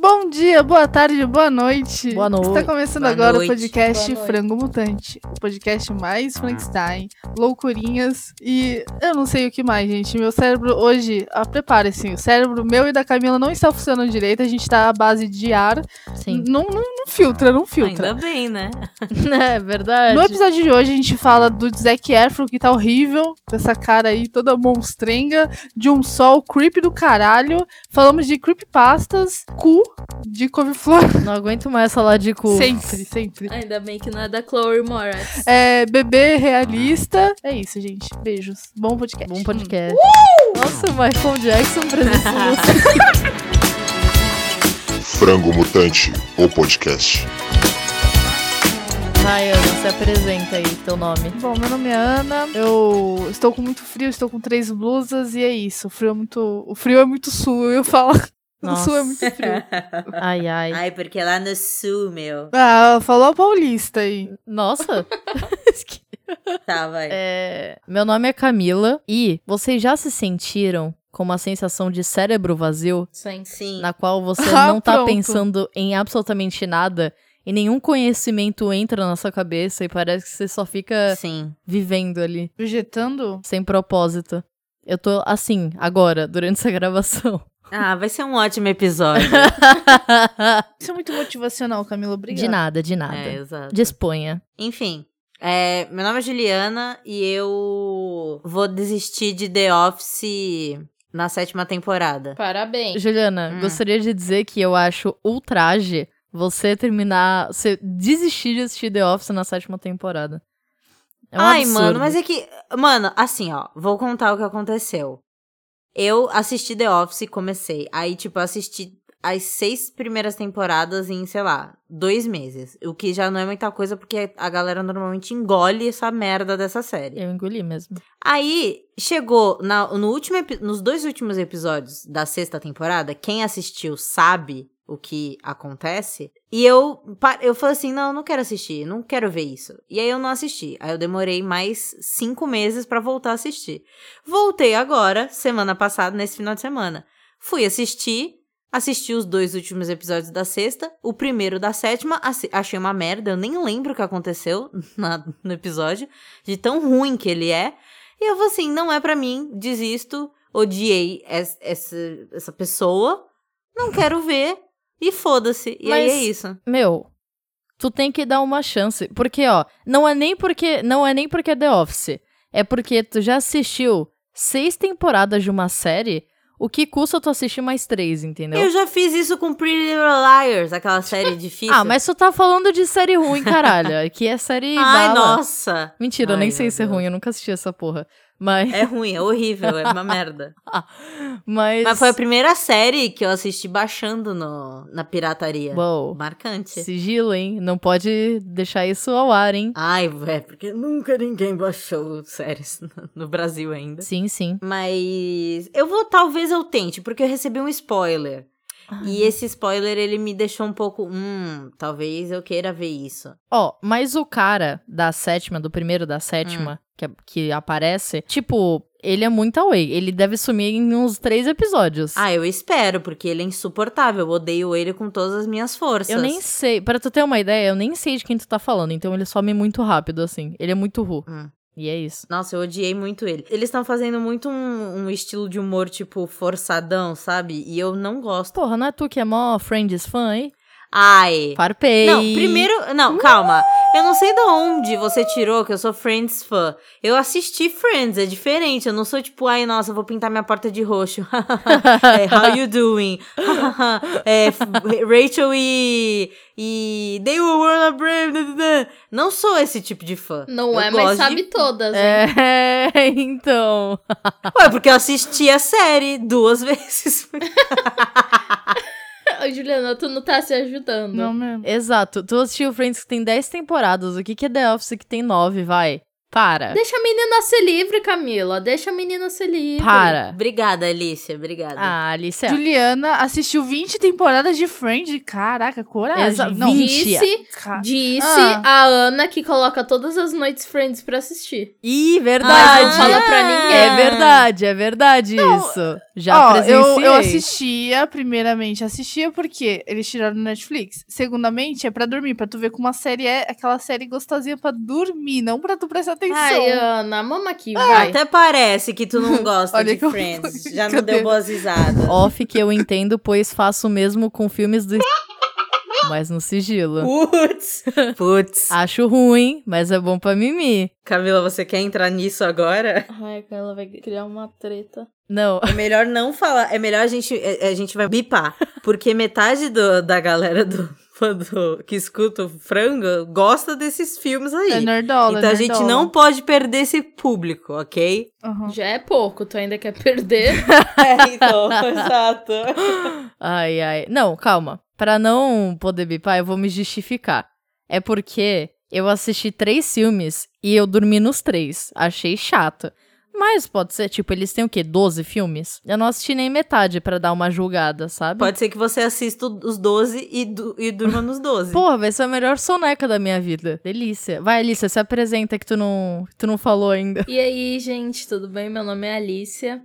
Bom dia, boa tarde, boa noite. Boa noite. Está começando Boa agora noite. o podcast Boa noite. Frango Mutante. O podcast mais Frankenstein, loucurinhas e eu não sei o que mais, gente. Meu cérebro hoje, ah, prepare-se, o cérebro meu e da Camila não está funcionando direito. A gente está à base de ar. Sim. Não, não, não filtra, não filtra. Ainda bem, né? é verdade. No episódio de hoje a gente fala do Zac Efron, que tá horrível, com essa cara aí toda monstrenga, de um sol creepy do caralho. Falamos de creepypastas, cu de couve-flor, Não aguento mais falar de Tipo, cu. sempre, sempre. Ainda bem que não é da Chloe Moretz. É, bebê realista. É isso, gente. Beijos. Bom podcast. Bom podcast. Nossa, Michael Jackson presença. Frango Mutante, o podcast. Vai, Ana, se apresenta aí teu nome. Bom, meu nome é Ana. Eu estou com muito frio, estou com três blusas e é isso. O frio é muito, o frio é muito sul, eu falo. O sul é muito frio. Ai, ai. Ai, porque lá no sul, meu. Ah, falou a paulista aí. Nossa. Tá, vai. É, meu nome é Camila e vocês já se sentiram com uma sensação de cérebro vazio Sim. Sim. na qual você Ah, não tá pronto. pensando em absolutamente nada e nenhum conhecimento entra na sua cabeça e parece que você só fica Sim. vivendo ali Vegetando? sem propósito. Eu tô assim agora durante essa gravação. Ah, vai ser um ótimo episódio. né? Isso é muito motivacional, Camila. Obrigada. de nada, de nada. é, exato. Disponha. Enfim. é, meu nome é Juliana e eu vou desistir de The Office na sétima temporada. Parabéns. Juliana, Hum. gostaria de dizer que eu acho ultraje você terminar, você desistir de assistir The Office na sétima temporada. É um Ai, absurdo. mano, mas é que. Mano, assim, ó, vou contar o que aconteceu. Eu assisti The Office e comecei. Aí, tipo, eu assisti as seis primeiras temporadas em, sei lá, dois meses. O que já não é muita coisa, porque a galera normalmente engole essa merda dessa série. eu engoli mesmo. Aí chegou na- no último, epi- nos dois últimos episódios da sexta temporada, quem assistiu sabe o que acontece. E eu, pa- eu falei assim: não, não quero assistir, não quero ver isso. E aí eu não assisti. Aí eu demorei mais cinco meses pra voltar a assistir. Voltei agora, semana passada, nesse final de semana. Fui assistir, assisti os dois últimos episódios da sexta, o primeiro da sétima, assi- achei uma merda, eu nem lembro o que aconteceu na- no episódio, de tão ruim que ele é. E eu falei assim, não é pra mim, desisto, odiei es- essa, essa pessoa, não quero ver, e foda-se. E aí Mas- é isso. Meu, tu tem que dar uma chance, porque ó, não é nem porque não é nem porque é The Office, é porque tu já assistiu seis temporadas de uma série, o que custa tu assistir mais três, entendeu? Eu já fiz isso com Pretty Little Liars, aquela série difícil. Ah, mas tu tá falando de série ruim, caralho. Aqui é série Ai, bala. nossa! Mentira, eu nem Ai, sei meu se é Deus. ruim, eu nunca assisti essa porra. Mas. É ruim, é horrível, é uma merda. Mas, Mas foi a primeira série que eu assisti baixando no, na pirataria. Uou, Marcante. sigilo, hein? Não pode deixar isso ao ar, hein? Ai, é porque nunca ninguém baixou séries no- no Brasil ainda. Sim, sim. Mas eu vou, talvez eu tente, porque eu recebi um spoiler. Ah. E esse spoiler, ele me deixou um pouco, hum, talvez eu queira ver isso. Ó, mas o cara da sétima, do primeiro da sétima, Hum. que, é, que aparece, tipo, ele é muito away. Ele deve sumir em uns três episódios. Ah, eu espero, porque ele é insuportável, eu odeio ele com todas as minhas forças. eu nem sei. Pra tu ter uma ideia, eu nem sei de quem tu tá falando. Então ele some muito rápido, assim. Ele é muito ru. Hum. E é isso. Nossa, eu odiei muito ele. Eles estão fazendo muito um, um estilo de humor, tipo, forçadão, sabe? E eu não gosto. Porra, não é tu que é mó Friends fã, hein? Ai. Farpei. Não, primeiro. Não, calma. Eu não sei de onde você tirou que eu sou Friends fã. Eu assisti Friends, é diferente. Eu não sou tipo, ai, nossa, eu vou pintar minha porta de roxo. é, how you doing? é, f- Rachel e. E. They were wanna brave. Não sou esse tipo de fã. Não Eu é, mas gosto sabe de- todas. hein? É, então. Ué, porque eu assisti a série duas vezes. Ô, Juliana, tu não tá se ajudando. Não mesmo. Exato. Tu assistiu Friends que tem 10 temporadas. O que, que é The Office que tem 9, vai? Para. Deixa a menina ser livre, Camila. Deixa a menina ser livre. Para. Obrigada, Alicia. Obrigada. Ah, É. Alicia. Juliana assistiu 20 temporadas de Friends. Caraca, coragem. Exa- Não, vi- Disse, ca- disse Ah. a Ana que coloca todas as noites Friends pra assistir. Ih, Mas verdade. não fala pra ninguém. É verdade, é verdade isso. Já Ó, eu, presenciei. eu assistia, primeiramente, assistia porque eles tiraram do Netflix. Segundamente, é pra dormir, pra tu ver como a série é aquela série gostosinha pra dormir, não pra tu prestar atenção. Ai, Ana, mama aqui, vai. Ah, Até parece que tu não gosta Olha de que eu- Friends. Já não Cadê? deu boas risadas. Off que eu entendo, pois faço o mesmo com filmes do... Mas no sigilo. Putz. Putz. Acho ruim, mas é bom pra mimir. Camila, você quer entrar nisso agora? Ai, Camila vai criar uma treta. Não, É melhor não falar. É melhor a gente. é- A gente vai bipar. Porque metade do- da galera do, do- que escuta o frango gosta desses filmes aí. É nerdola, então é a gente nerdola. não pode perder esse público, ok? Aham. Já é pouco, tu ainda quer perder. É, então, exato. Ai, ai. Não, calma. Pra não poder bipar, eu vou me justificar. É porque eu assisti três filmes e eu dormi nos três. Achei chato. Mas pode ser, tipo, eles têm o quê? 12 filmes? Eu não assisti nem metade pra dar uma julgada, sabe? Pode ser que você assista os 12 e, du- e durma nos 12. Porra, vai ser a melhor soneca da minha vida. Delícia. Vai, Alicia, se apresenta que tu não, que tu não falou ainda. e aí, gente, tudo bem? Meu nome é Alicia.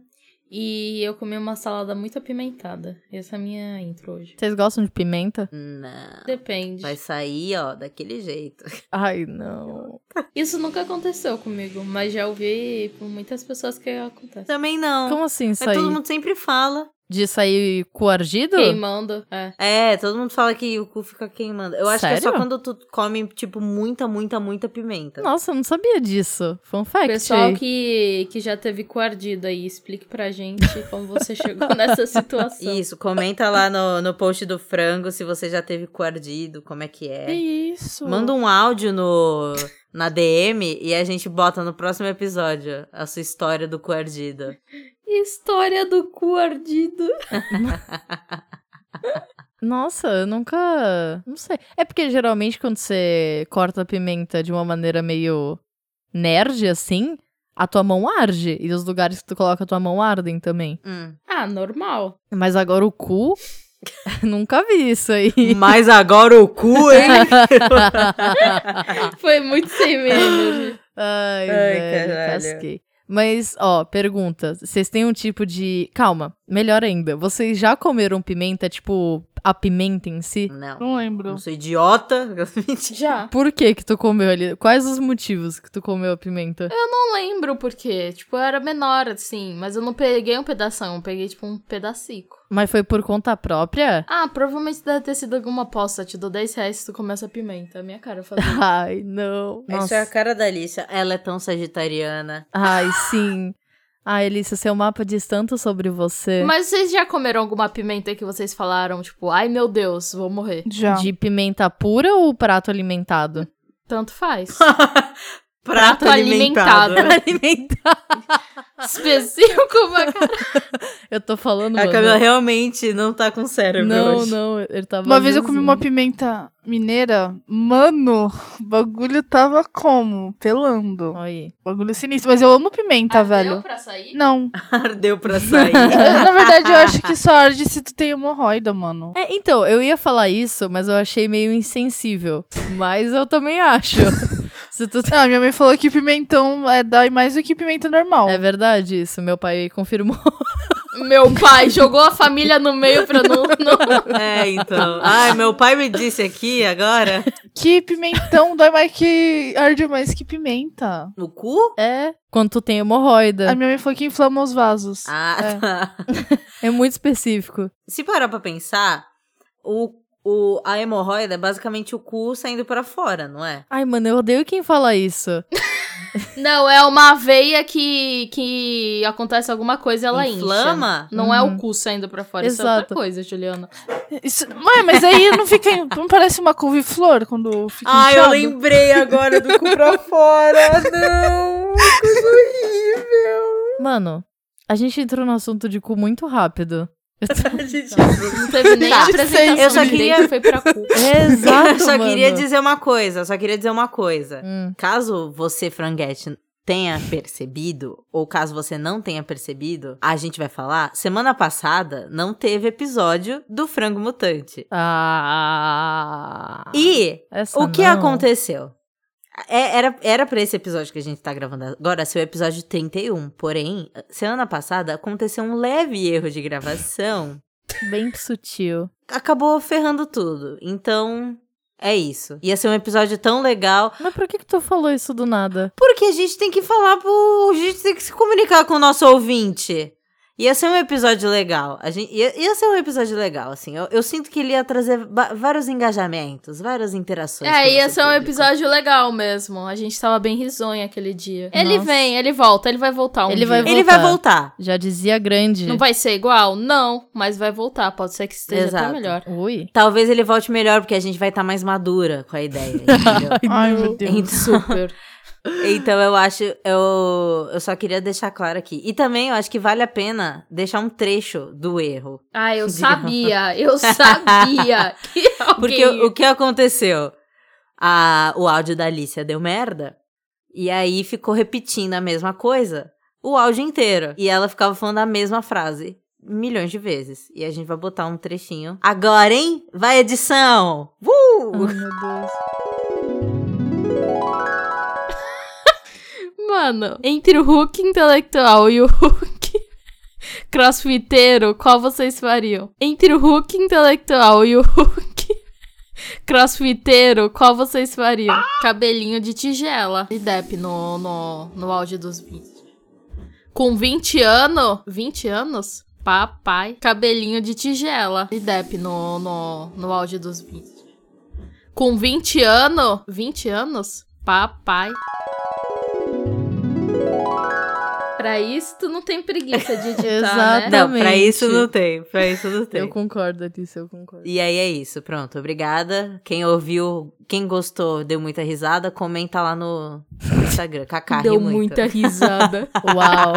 E eu comi uma salada muito apimentada. Essa é a minha intro hoje. Vocês gostam de pimenta? Hum. Não. Depende. Vai sair, ó, daquele jeito. Ai, não. Isso nunca aconteceu comigo, mas já ouvi por muitas pessoas que acontece. Também não. Como assim Ah, Mas sair? todo mundo sempre fala. De sair coargido? Queimando. É. É, todo mundo fala que o cu fica queimando. Eu acho que é só Sério? quando tu come, tipo, muita, muita, muita pimenta. Nossa, eu não sabia disso. Fun fact. Pessoal que, que já teve coardido aí, explique pra gente como você chegou nessa situação. Isso, comenta lá no, no post do frango se você já teve coardido, como é que Que é. isso? Manda um áudio no na DM e a gente bota no próximo episódio a sua história do coardido. História do coardido. Nossa, eu nunca. Não sei. É porque geralmente quando você corta a pimenta de uma maneira meio nerd, assim, a tua mão arde. E os lugares que tu coloca a tua mão ardem também. Hum. Ah, normal. Mas agora o cu. nunca vi isso aí. Mas agora o cu, hein? Foi muito sem medo. Ai, Ai, velho, caralho. casquei. Mas, ó, pergunta. Vocês têm um tipo de. Calma, melhor ainda. Vocês já comeram pimenta, tipo, a pimenta em si? Não, Não lembro. não sou idiota. Já. Por que que tu comeu ali? Quais os motivos que tu comeu a pimenta? Não lembro porque, tipo, eu era menor, assim, mas eu não peguei um pedação, eu peguei, tipo, um pedacico. Mas foi por conta própria? Ah, provavelmente deve ter sido alguma aposta. Te dou 10 reais se tu começa a pimenta. Minha cara fazer. Ai, não. Isso é a cara da Alicia. Ela é tão sagitariana. Ai, sim. Ai, Elissa, seu mapa diz tanto sobre você. Mas vocês já comeram alguma pimenta que vocês falaram, tipo, ai meu Deus, vou morrer? um Já. De pimenta pura ou prato alimentado? Tanto faz. Prato, alimentado. alimentado. Específico, pra caralho. Eu tô falando, É A mano. Camila realmente não tá com cérebro Não, hoje. não, ele tava Uma vez eu um comi uma azulzinho. pimenta mineira. Mano, o bagulho tava como? Pelando. Aí. Bagulho sinistro. Mas eu amo pimenta, Deu velho. pra sair? Não. Ardeu pra sair. Eu, Na verdade, eu acho que só arde se tu tem hemorroida, mano. É, então, eu ia falar isso, mas eu achei meio insensível. Mas eu também acho. Se tu Não, minha mãe falou que pimentão é, dói mais do que pimenta normal. É verdade isso, meu pai confirmou. Meu pai jogou a família no meio pra não. não... É, então. Ai, meu pai me disse aqui agora. Que pimentão dói mais que. arde mais que pimenta. No cu? É, quando tu tem hemorroida. A minha mãe falou que inflama os vasos. Ah, É. tá. É muito específico. Se parar pra pensar, o, o, a hemorroida é basicamente o cu saindo pra fora, não é? Ai, mano, eu odeio quem fala isso. não, é uma veia que, que acontece alguma coisa e ela inflama. Inflama? Não é o cu saindo pra fora, isso é Exato. outra coisa, Juliana. Isso, Ué, mas aí não fica. Não parece uma couve-flor quando fica. Ai, eu inchado? lembrei agora do cu pra fora. Não! Coisa horrível! Mano, a gente entrou no assunto de cu muito rápido. A gente Não teve nem Tá. a apresentação Eu só direito, queria- foi pra cu. Exato, Eu só mano. queria dizer uma coisa, só queria dizer uma coisa. Hum, Caso você, franguete, tenha percebido, ou caso você não tenha percebido, a gente vai falar. Semana passada não teve episódio do Frango Mutante. Ah. E essa o que não. um aconteceu? É- era, era pra esse episódio que a gente tá gravando agora ser o episódio 31. Porém, semana passada aconteceu um leve erro de gravação. Bem sutil. Acabou ferrando tudo. Então, é isso. Ia ser um episódio tão legal. Mas por que que tu falou isso do nada? Porque a gente tem que falar pro. A gente tem que se comunicar com o nosso ouvinte. Ia ser um episódio legal. A gente, ia, ia ser um episódio legal, assim. Eu, eu sinto que ele ia trazer ba- vários engajamentos, várias interações. com o É, ia nosso ser um público. episódio legal mesmo. A gente tava bem risonho aquele dia. Ele Nossa. vem, ele volta, ele vai voltar um Ele vai dia. voltar. Ele vai voltar. Já dizia grande. Não vai ser igual? Não, mas vai voltar. Pode ser que esteja Exato. até melhor. Ui. Talvez ele volte melhor, porque a gente vai estar mais madura com a ideia, entendeu? Ai, meu Deus. então, Super. então eu acho. Eu, eu só queria deixar claro aqui. E também eu acho que vale a pena deixar um trecho do erro. Ah, eu Digamos. sabia, eu sabia que alguém... Porque o, o que aconteceu? A, o áudio da Alicia deu merda. E aí ficou repetindo a mesma coisa o áudio inteiro. E ela ficava falando a mesma frase milhões de vezes. E a gente vai botar um trechinho. Agora, hein? Vai, edição! Ai, Uh! meu Deus. Mano, entre o Hulk intelectual e o Hulk crossfiteiro, qual vocês fariam? Entre o Hulk intelectual e o Hulk crossfiteiro, qual vocês fariam? Cabelinho de tigela. De Depp no, no, no auge dos 20. Com 20 anos? 20 anos? Papai. Cabelinho de tigela. De Depp no, no, no auge dos 20. Com 20 anos? 20 anos? Papai. Pra isso, tu não tem preguiça de editar, Exato. né? Não, pra isso Exatamente. não tem. Pra isso não tem. Eu concordo, Alice, eu concordo. E aí é isso, pronto. Obrigada. Quem ouviu, quem gostou, deu muita risada, comenta lá no Instagram. Cacá, Deu ri muito. muita risada. Uau.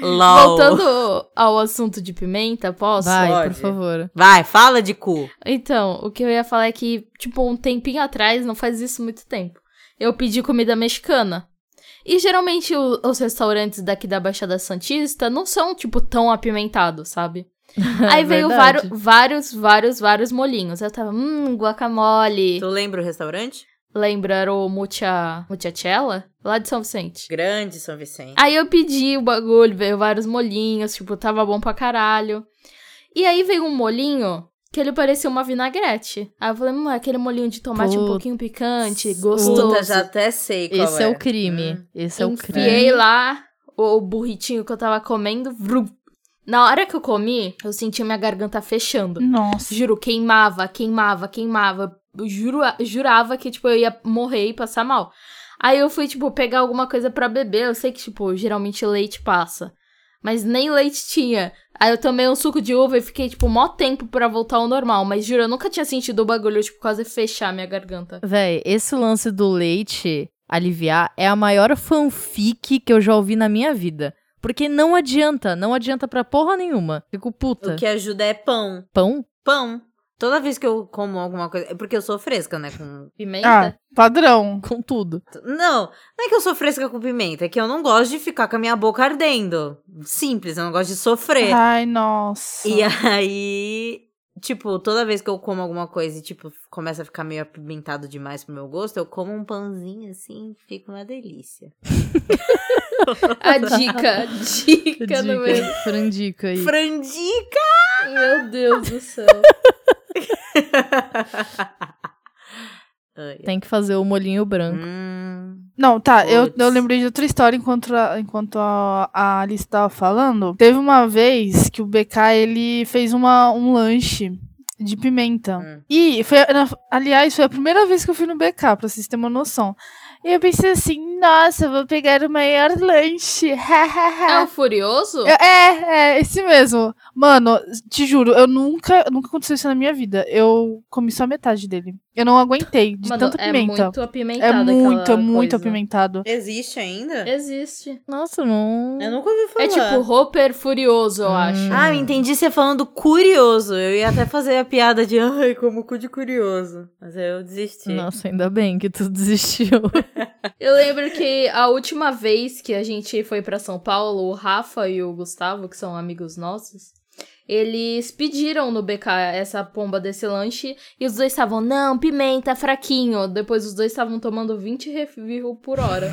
LOL. Voltando ao assunto de pimenta, posso? Vai, Pode. por favor. Vai, fala de cu. Então, o que eu ia falar é que, tipo, um tempinho atrás, não faz isso muito tempo, eu pedi comida mexicana. E geralmente o- os restaurantes daqui da Baixada Santista não são, tipo, tão apimentados, sabe? Aí veio vários, Verdade. vários, vários, vários molinhos. Eu tava, hum, guacamole. Tu lembra o restaurante? Lembra, era o Mucha, Muchachela? Lá de São Vicente. Grande São Vicente. Aí eu pedi o bagulho, veio vários molinhos, tipo, tava bom pra caralho. E aí veio um molinho que ele parecia uma vinagrete. Aí eu falei, hum, aquele molinho de tomate um Putz. pouquinho picante, Puta, gostoso. Puta, já até sei qual Esse é é o crime. Esse é o crime. Enfiei lá o burritinho que eu tava comendo. vrum. Na hora que eu comi, eu senti minha garganta fechando. Nossa. Juro, queimava, queimava, queimava. Eu Jura, jurava que, tipo, eu ia morrer e passar mal. Aí eu fui, tipo, pegar alguma coisa pra beber. Eu sei que, tipo, geralmente leite passa. Mas nem leite tinha. Aí eu tomei um suco de uva e fiquei, tipo, mó tempo pra voltar ao normal. Mas juro, eu nunca tinha sentido o bagulho, tipo, quase fechar minha garganta. Véi, esse lance do leite aliviar é a maior fanfic que eu já ouvi na minha vida. Porque não adianta, não adianta pra porra nenhuma. Fico puta. O que ajuda é pão. Pão? Pão. Toda vez que eu como alguma coisa. É porque eu sou fresca, né? Com... Ah, Pimenta? padrão. Com tudo. Não, não é que eu sou fresca com pimenta, é que eu não gosto de ficar com a minha boca ardendo. Simples, eu não gosto de sofrer. Ai, nossa. E aí, tipo, toda vez que eu como alguma coisa e, tipo, começa a ficar meio apimentado demais pro meu gosto, eu como um pãozinho assim, fica uma delícia. A dica, a dica, Dica, no meu. frandica aí. Frandica! um. Meu Deus do céu. Ai, Tem que fazer o molinho branco. hum, Não, tá, eu, Puts. eu lembrei de outra história enquanto, a, enquanto a, a Alice tava falando. Teve uma vez que o BK, ele fez uma, um lanche de pimenta. Hum. E, foi, na- aliás, foi a primeira vez que eu fui no BK, pra vocês terem uma noção. E eu pensei assim, nossa, eu vou pegar o maior lanche, É o hahaha. Furioso? Eu- É, é, esse mesmo. Mano, te juro, eu nunca, nunca aconteceu isso na minha vida. Eu comi só metade dele. Eu não aguentei de Mano, tanta é pimenta. muito apimentado É muito, é aquela muito coisa. apimentado. Existe ainda? Existe. Nossa, não. Eu nunca ouvi falar. É tipo Roper Furioso, eu Hum. acho. Ah, eu entendi você falando curioso. Eu ia até fazer a piada de ai, como cu de curioso. Mas aí eu desisti. Nossa, ainda bem que tu desistiu. Eu lembro que a última vez que a gente foi pra São Paulo, o Rafa e o Gustavo, que são amigos nossos, eles pediram no BK essa pomba desse lanche e os dois estavam, não, pimenta, fraquinho. Depois os dois estavam tomando 20 refil por hora.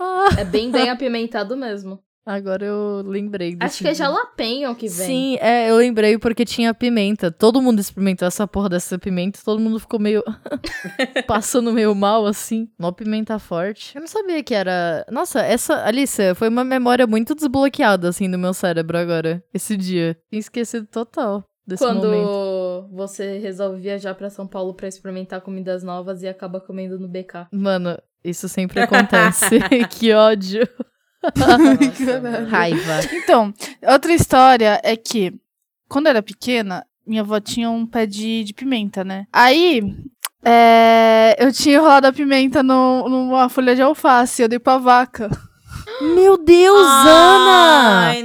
Ah, É bem bem apimentado mesmo. agora eu lembrei. do Acho que é tipo- jalapenho que vem. Sim, é, eu lembrei porque tinha pimenta. Todo mundo experimentou essa porra dessa pimenta, todo mundo ficou meio. passando meio mal, assim. Mó pimenta forte. Eu não sabia que era. Nossa, essa. Alice, foi uma memória muito desbloqueada, assim, do meu cérebro agora, esse dia. Tinha esquecido total desse Quando momento. você resolve viajar pra São Paulo pra experimentar comidas novas e acaba comendo no BK. Mano, isso sempre acontece. que ódio. Caralho. Raiva. Então, outra história é que quando eu era pequena, minha avó tinha um pé de, de pimenta, né? Aí. é, eu tinha enrolado a pimenta no- numa folha de alface, eu dei pra vaca. Meu Deus, Ana! Ai,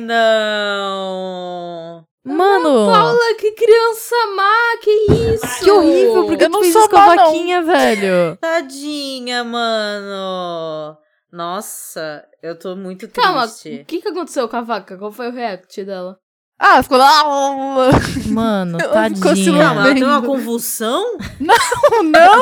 não. Mano! Paula, que criança má, que isso? Que horrível, porque Eu tu não fez sou isso com má, a não. vaquinha, velho. Tadinha, mano. Nossa, eu tô muito triste. Calma, o que, que aconteceu com a vaca? Qual foi o react dela? Ah, ficou lá. Mano, Ela ficou se tadinha. Calma, ela tem uma lambendo. convulsão? Não!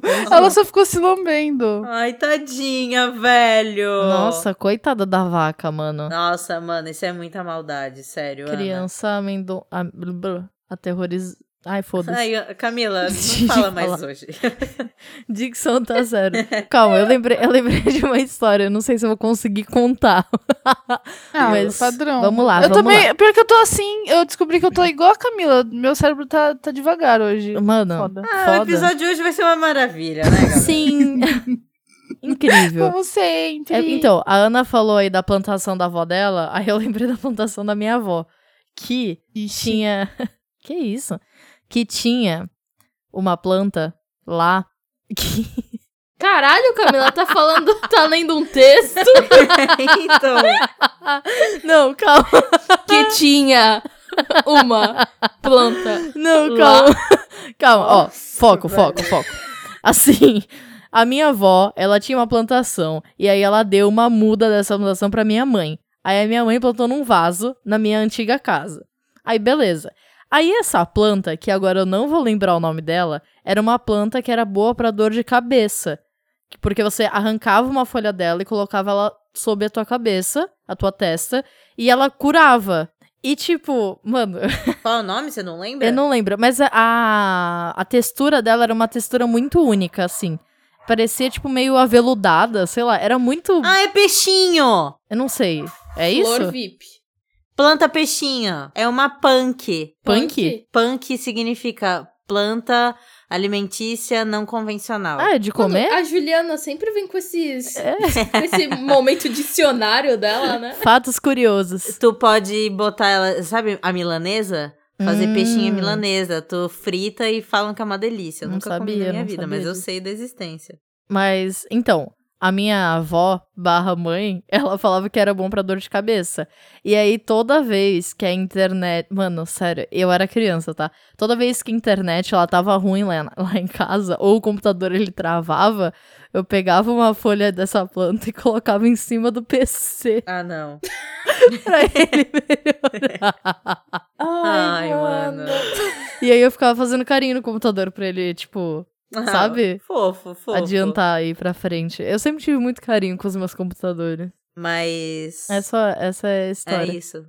parece. Ela só ficou se lambendo. Ai, tadinha, velho. Nossa, coitada da vaca, mano. Nossa, mano, isso é muita maldade, sério. Ana. Criança amendo... a- blu- blu- Aterroriz... Ai, foda-se. Ai, Camila, não fala mais Fala. hoje. Dicção tá zero. Calma, eu lembrei, eu lembrei de uma história. Eu não sei se eu vou conseguir contar. Ah, Mas padrão. vamos lá, eu vamos também. lá. Pior que eu tô assim, eu descobri que eu tô igual a Camila. Meu cérebro tá, tá devagar hoje. Mano, Foda. Ah, o foda. episódio de hoje vai ser uma maravilha, né, Gabi? Sim. Incrível. Como sempre. É, então, a Ana falou aí da plantação da avó dela. Aí eu lembrei da plantação da minha avó. Que Ixi. tinha. que isso? Que tinha uma planta lá que. Caralho, Camila, tá falando, tá lendo um texto? então, Não, calma. Que tinha uma planta. Não, Lá. calma. Calma, ó. Nossa, Foco, velho. foco, foco. Assim, a minha avó, ela tinha uma plantação. E aí ela deu uma muda dessa plantação pra minha mãe. Aí a minha mãe plantou num vaso na minha antiga casa. Aí, beleza. Aí essa planta, que agora eu não vou lembrar o nome dela, era uma planta que era boa pra dor de cabeça. Porque você arrancava uma folha dela e colocava ela sob a tua cabeça, a tua testa, e ela curava. E tipo, mano, qual é o nome? Você não lembra? eu não lembro, mas a- a, a textura dela era uma textura muito única, assim. Parecia, tipo, meio aveludada, sei lá. Era muito. Ah, é peixinho! Eu não sei. É Flor isso? VIP. Planta peixinho. É uma punk. Punk? Punk significa planta alimentícia não convencional. Ah, é de Mano, comer? A Juliana sempre vem com esses, com esse momento dicionário dela, é. né? Fatos curiosos. Tu pode botar ela, sabe, a milanesa? Fazer Hum. peixinha milanesa. Tu frita e falam que é uma delícia. Eu Não nunca sabia, comi na minha não vida, sabia mas eu disso. sei da existência. Mas, então, a minha avó barra mãe, ela falava que era bom pra dor de cabeça. E aí, toda vez que a internet... Mano, sério, eu era criança, tá? Toda vez que a internet, ela tava ruim lá, lá em casa, ou o computador, ele travava, eu pegava uma folha dessa planta e colocava em cima do PC Ah, não. pra ele melhorar. Ai, mano. E aí, eu ficava fazendo carinho no computador pra ele, tipo, Ah, Sabe? Fofo, fofo. adiantar aí pra frente. Eu sempre tive muito carinho com os meus computadores. Mas. Essa, essa é a é história. isso.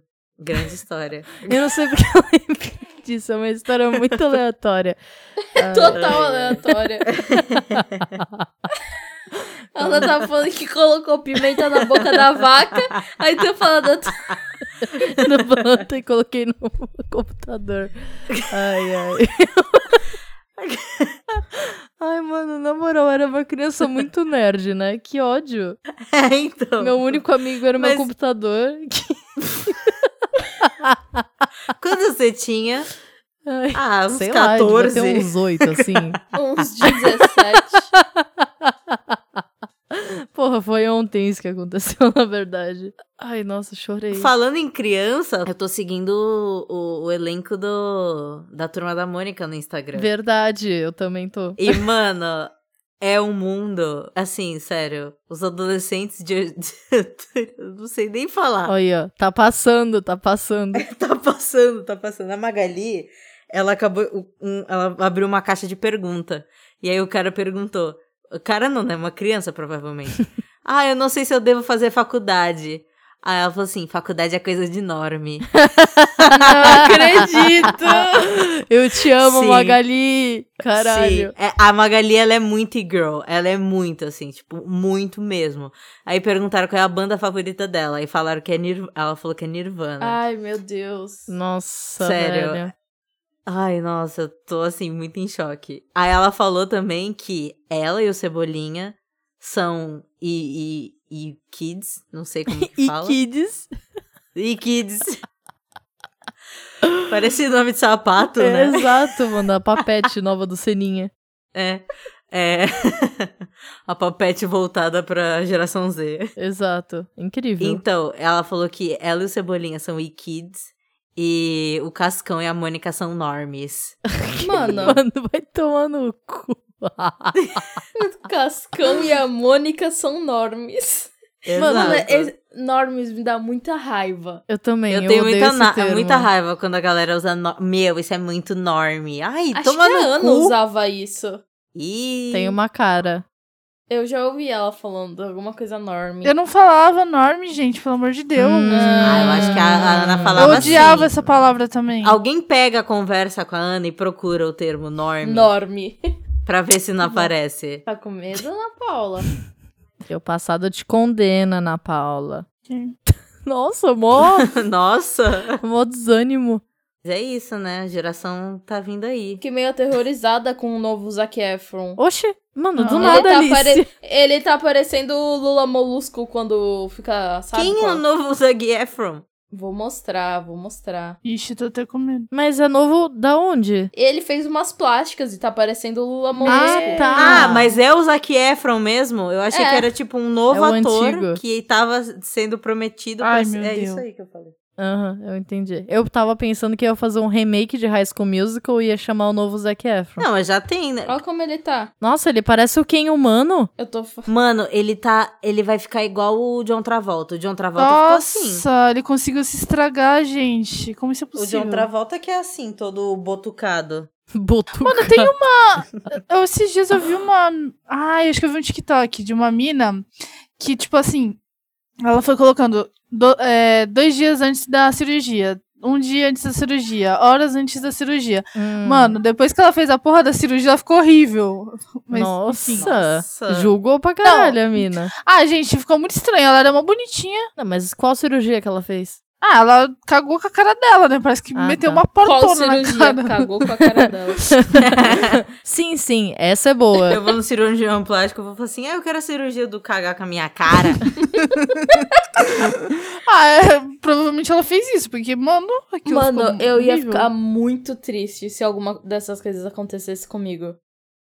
Grande história. eu não sei porque eu lembrei disso, é uma história muito aleatória. É. Total aleatória. Ela tá falando que colocou pimenta na boca da vaca, aí tu fala da tua- Na planta e coloquei no computador. Ai, ai. Ai, mano, na moral, eu era uma criança muito nerd, né? Que ódio. É, então. Meu único amigo era o meu Mas- computador. Quando você tinha? Ai, Ah, uns sei lá, 14. devia um ter uns oito, assim. uns 17. Porra, foi ontem isso que aconteceu, na verdade. Ai, nossa, chorei. Falando em criança, eu tô seguindo o, o- o elenco do, da Turma da Mônica no Instagram. Verdade, eu também tô. E, mano, é um mundo. Assim, sério. Os adolescentes de. Eu não sei nem falar. Aí, ó. Tá passando, tá passando. Tá passando, tá passando. A Magali, ela acabou. o- um- Ela abriu uma caixa de pergunta. E aí o cara perguntou. O cara não, né? Uma criança, provavelmente. ah, eu não sei se eu devo fazer faculdade. Aí ela falou assim: faculdade é coisa de norme. Não acredito! Ah, Eu te amo, Sim. Magali! Caralho. Sim, é, a Magali, ela é muito girl. Ela é muito, assim, tipo, muito mesmo. Aí perguntaram qual é a banda favorita dela. E falaram que é Nirvana. Ela falou que é Nirvana. Ai, meu Deus. Hum. Nossa, Sério. velho. Ai, nossa, eu tô assim, muito em choque. Aí ela falou também que ela e o Cebolinha são. E, e, e kids, não sei como que E fala. kids. E kids. Parece nome de sapato, né? Exato, mano. A papete nova do Seninha. É. É. A papete voltada pra geração Z. Exato. Incrível. Então, ela falou que ela e o Cebolinha são e-kids e o Cascão e a Mônica são normies. Então. Mano, Mano, vai tomar no cu. o Cascão e a Mônica são normes. Mano, Exato. é- normes me dá muita raiva. Eu também. eu tenho odeio muita, esse na- termo. muita raiva quando a galera usa. no- Meu, isso é muito norme. Ai, Acho toma que é a no Ana cu. usava isso. Ih, Tem uma cara. Eu já ouvi ela falando alguma coisa norme. Eu não falava norme, gente, pelo amor de Deus. Hum, Ah, eu acho que a- a Ana Eu falava odiava assim. essa palavra também. Alguém pega a conversa com a Ana e procura o termo norme Norme. pra ver se não aparece. Tá com medo, Ana Paula? Teu passado te condena, Ana Paula. Sim. Nossa, mó, Nossa! mó desânimo. Mas é isso, né? A geração tá vindo aí. Fiquei meio aterrorizada com o novo Zac Efron. Oxi, mano, do Ah. nada, tá Alice. apare- ele tá parecendo o Lula Molusco quando fica, sabe? Quem é o quando- novo Zac Efron? Vou mostrar, vou mostrar. Ixi, tô até com medo. Mas é novo da onde? Ele fez umas plásticas e tá parecendo o Lula Molusco. Ah, tá. Ah, mas é o Zac Efron mesmo? Eu achei É. que era tipo um novo É o ator antigo. que tava sendo prometido Ai, pra... meu É Deus. isso aí que eu falei. Aham, eu entendi. Eu tava pensando que ia fazer um remake de High School Musical e ia chamar o novo Zac Efron. Não, mas já tem, né? Olha como ele tá. Nossa, ele parece o Ken humano. Eu tô. fa- Mano, ele tá. Ele vai ficar igual o John Travolta. O John Travolta ficou assim. Nossa, ele conseguiu se estragar, gente. Como isso é O possível? John Travolta que é assim, todo botucado. Botuca. Mano, tem uma. Eu, esses dias eu vi uma. Ai, acho que eu vi um TikTok de uma mina que, tipo assim, ela foi colocando do- é, dois dias antes da cirurgia. Um dia antes da cirurgia, horas antes da cirurgia. Hum, Mano, depois que ela fez a porra da cirurgia, ela ficou horrível. Mas, nossa. enfim. Nossa. Julgou pra caralho a mina. Ah, gente, ficou muito estranho. Ela era mó bonitinha. Não, mas qual cirurgia que ela fez? Ah, ela cagou com a cara dela, né? Parece que Ah, meteu tá. uma Qual portona na cirurgia cara. cagou com a cara dela? Sim, sim, essa é boa. Eu vou no cirurgião plástico e vou falar assim: ah, eu quero a cirurgia do cagar com a minha cara. Ah, é, provavelmente ela fez isso, porque, mano, aquilo Mano, ficou eu ia horrível. ficar muito triste se alguma dessas coisas acontecesse comigo.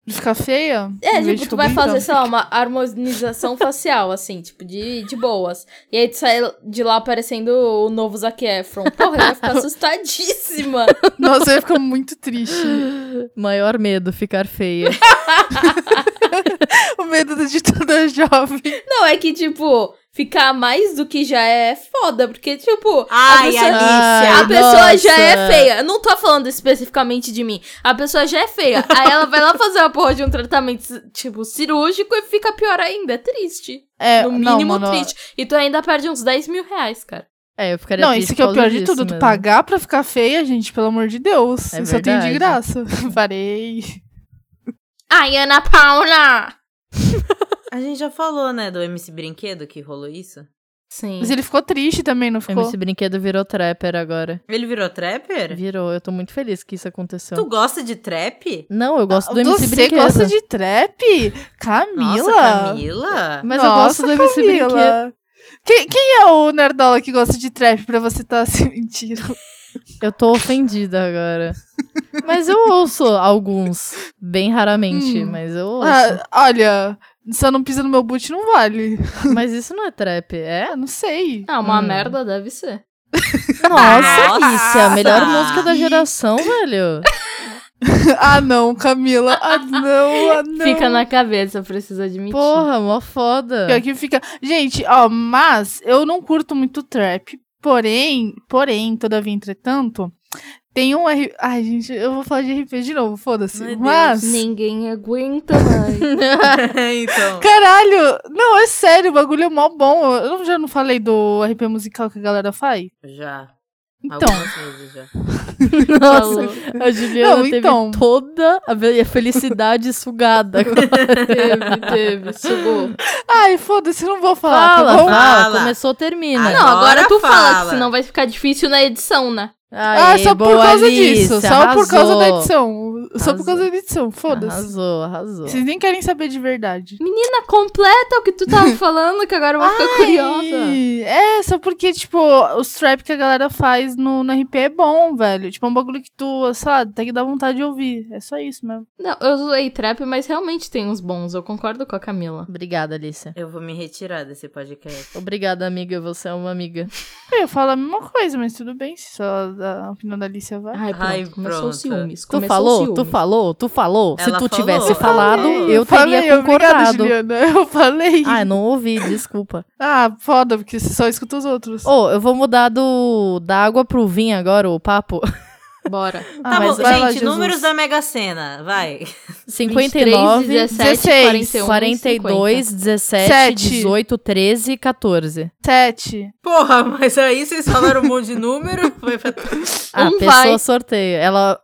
De ficar feia? É, Em vez tipo, de tu vai ficar fazer, bonitão. sei lá, uma harmonização facial, assim, tipo, de, de boas. E aí tu sai de lá aparecendo o novo Zac Efron. Porra, eu ia ficar assustadíssima. Nossa, eu ia ficar muito triste. Maior medo, ficar feia. O medo de toda jovem. Não, é que, tipo, ficar mais do que já é foda, porque, tipo... Ai, pessoa- Alicia. A Ai, pessoa já é nossa. feia. Eu Não tô falando especificamente de mim. A pessoa já é feia. Aí ela vai lá fazer uma porra de um tratamento, tipo, cirúrgico e fica pior ainda. É triste. É, No não, mínimo mano, triste. E tu ainda perde uns 10 mil reais, cara. É, eu ficaria Não, triste isso que é o por causa pior de disso tudo. Tu mesmo. pagar pra ficar feia, gente, pelo amor de Deus. É isso eu tenho de verdade. graça. Parei. Ai, Ana Paula! A gente já falou, né, do MC Brinquedo que rolou isso? Sim. Mas ele ficou triste também, não ficou? Esse brinquedo virou trapper agora. Ele virou trapper? Virou, eu tô muito feliz que isso aconteceu. Tu gosta de trap? Não, eu gosto do MC Ah, Você Brinquedo. gosta de trap? Camila? Nossa, Camila. Mas eu Nossa, gosto do MC Brinquedo. Camila. Quem, quem é o nerdola que gosta de trap pra você tá assim? Mentira. Eu tô ofendida agora. Mas eu ouço alguns, bem raramente, Hum. mas eu ouço. Ah, olha, se eu não pisa no meu boot, não vale. Mas isso não é trap, é? Ah, não sei. Ah, uma Hum. merda deve ser. Nossa, Nossa! isso é a melhor música da geração, velho. ah, não, Camila. Ah, não, ah, não. Fica na cabeça, precisa admitir. Porra, mó foda. Pior que fica. Gente, ó, mas eu não curto muito trap. Porém, porém, todavia, entretanto, tem um R. Ai, gente, eu vou falar de RP de novo, Meu foda-se. Deus. Mas. Ninguém aguenta mais. então. Caralho! Não, é sério, o bagulho é mó bom. Eu já não falei do RP musical que a galera faz? Já. Então. Algumas vezes já. Nossa, Falou. a Juliana Não, teve então. toda a ve- a felicidade sugada. teve, teve, sugou. Ai, foda-se, eu não vou falar, Fala, tá bom? fala, Fala. começou, termina. Ah, Não, agora, Agora tu fala. fala. que senão vai ficar difícil na edição, né? Ah, Aê, só por boa, causa Alice, disso, só por causa da edição. Só Arrasou. por causa da edição, foda-se. Arrasou, arrasou. Vocês nem querem saber de verdade. Menina, completa o que tu tava falando, que agora eu vou ficar curiosa. Ai, É, só porque, tipo, os trap que a galera faz no, no RP é bom, velho. Tipo, é um bagulho que tu, sei lá, tem que dar vontade de ouvir. É só isso mesmo. Não, eu zoei trap, mas realmente tem uns bons, eu concordo com a Camila. Obrigada, Alice. Eu vou me retirar desse podcast. Obrigada, amiga. Você é uma amiga. Eu falo a mesma coisa, mas tudo bem, se só a opinião da Alicia vai. Ai, pronto, Ai, começou pronto. os ciúmes. Tu começou o falou, ciúme. tu falou, tu falou. Se Ela tu falou. tivesse Eu falado, falei, eu falei, teria Obrigada, concordado. Juliana. Eu falei. Ah, não ouvi, desculpa. Ah, foda, porque você só escuta os outros. Ô, eu vou mudar do da água pro vinho agora, o papo. Bora. Ah, tá bom, mas vai lá, gente, Jesus. números da Mega Sena. Vai. 59, 16, 17, 42, 17, Sete. 18, 13 e 14. Sete. Porra, mas aí vocês falaram um monte de número. Foi pra... A Um pessoa vai. sorteia. Ela.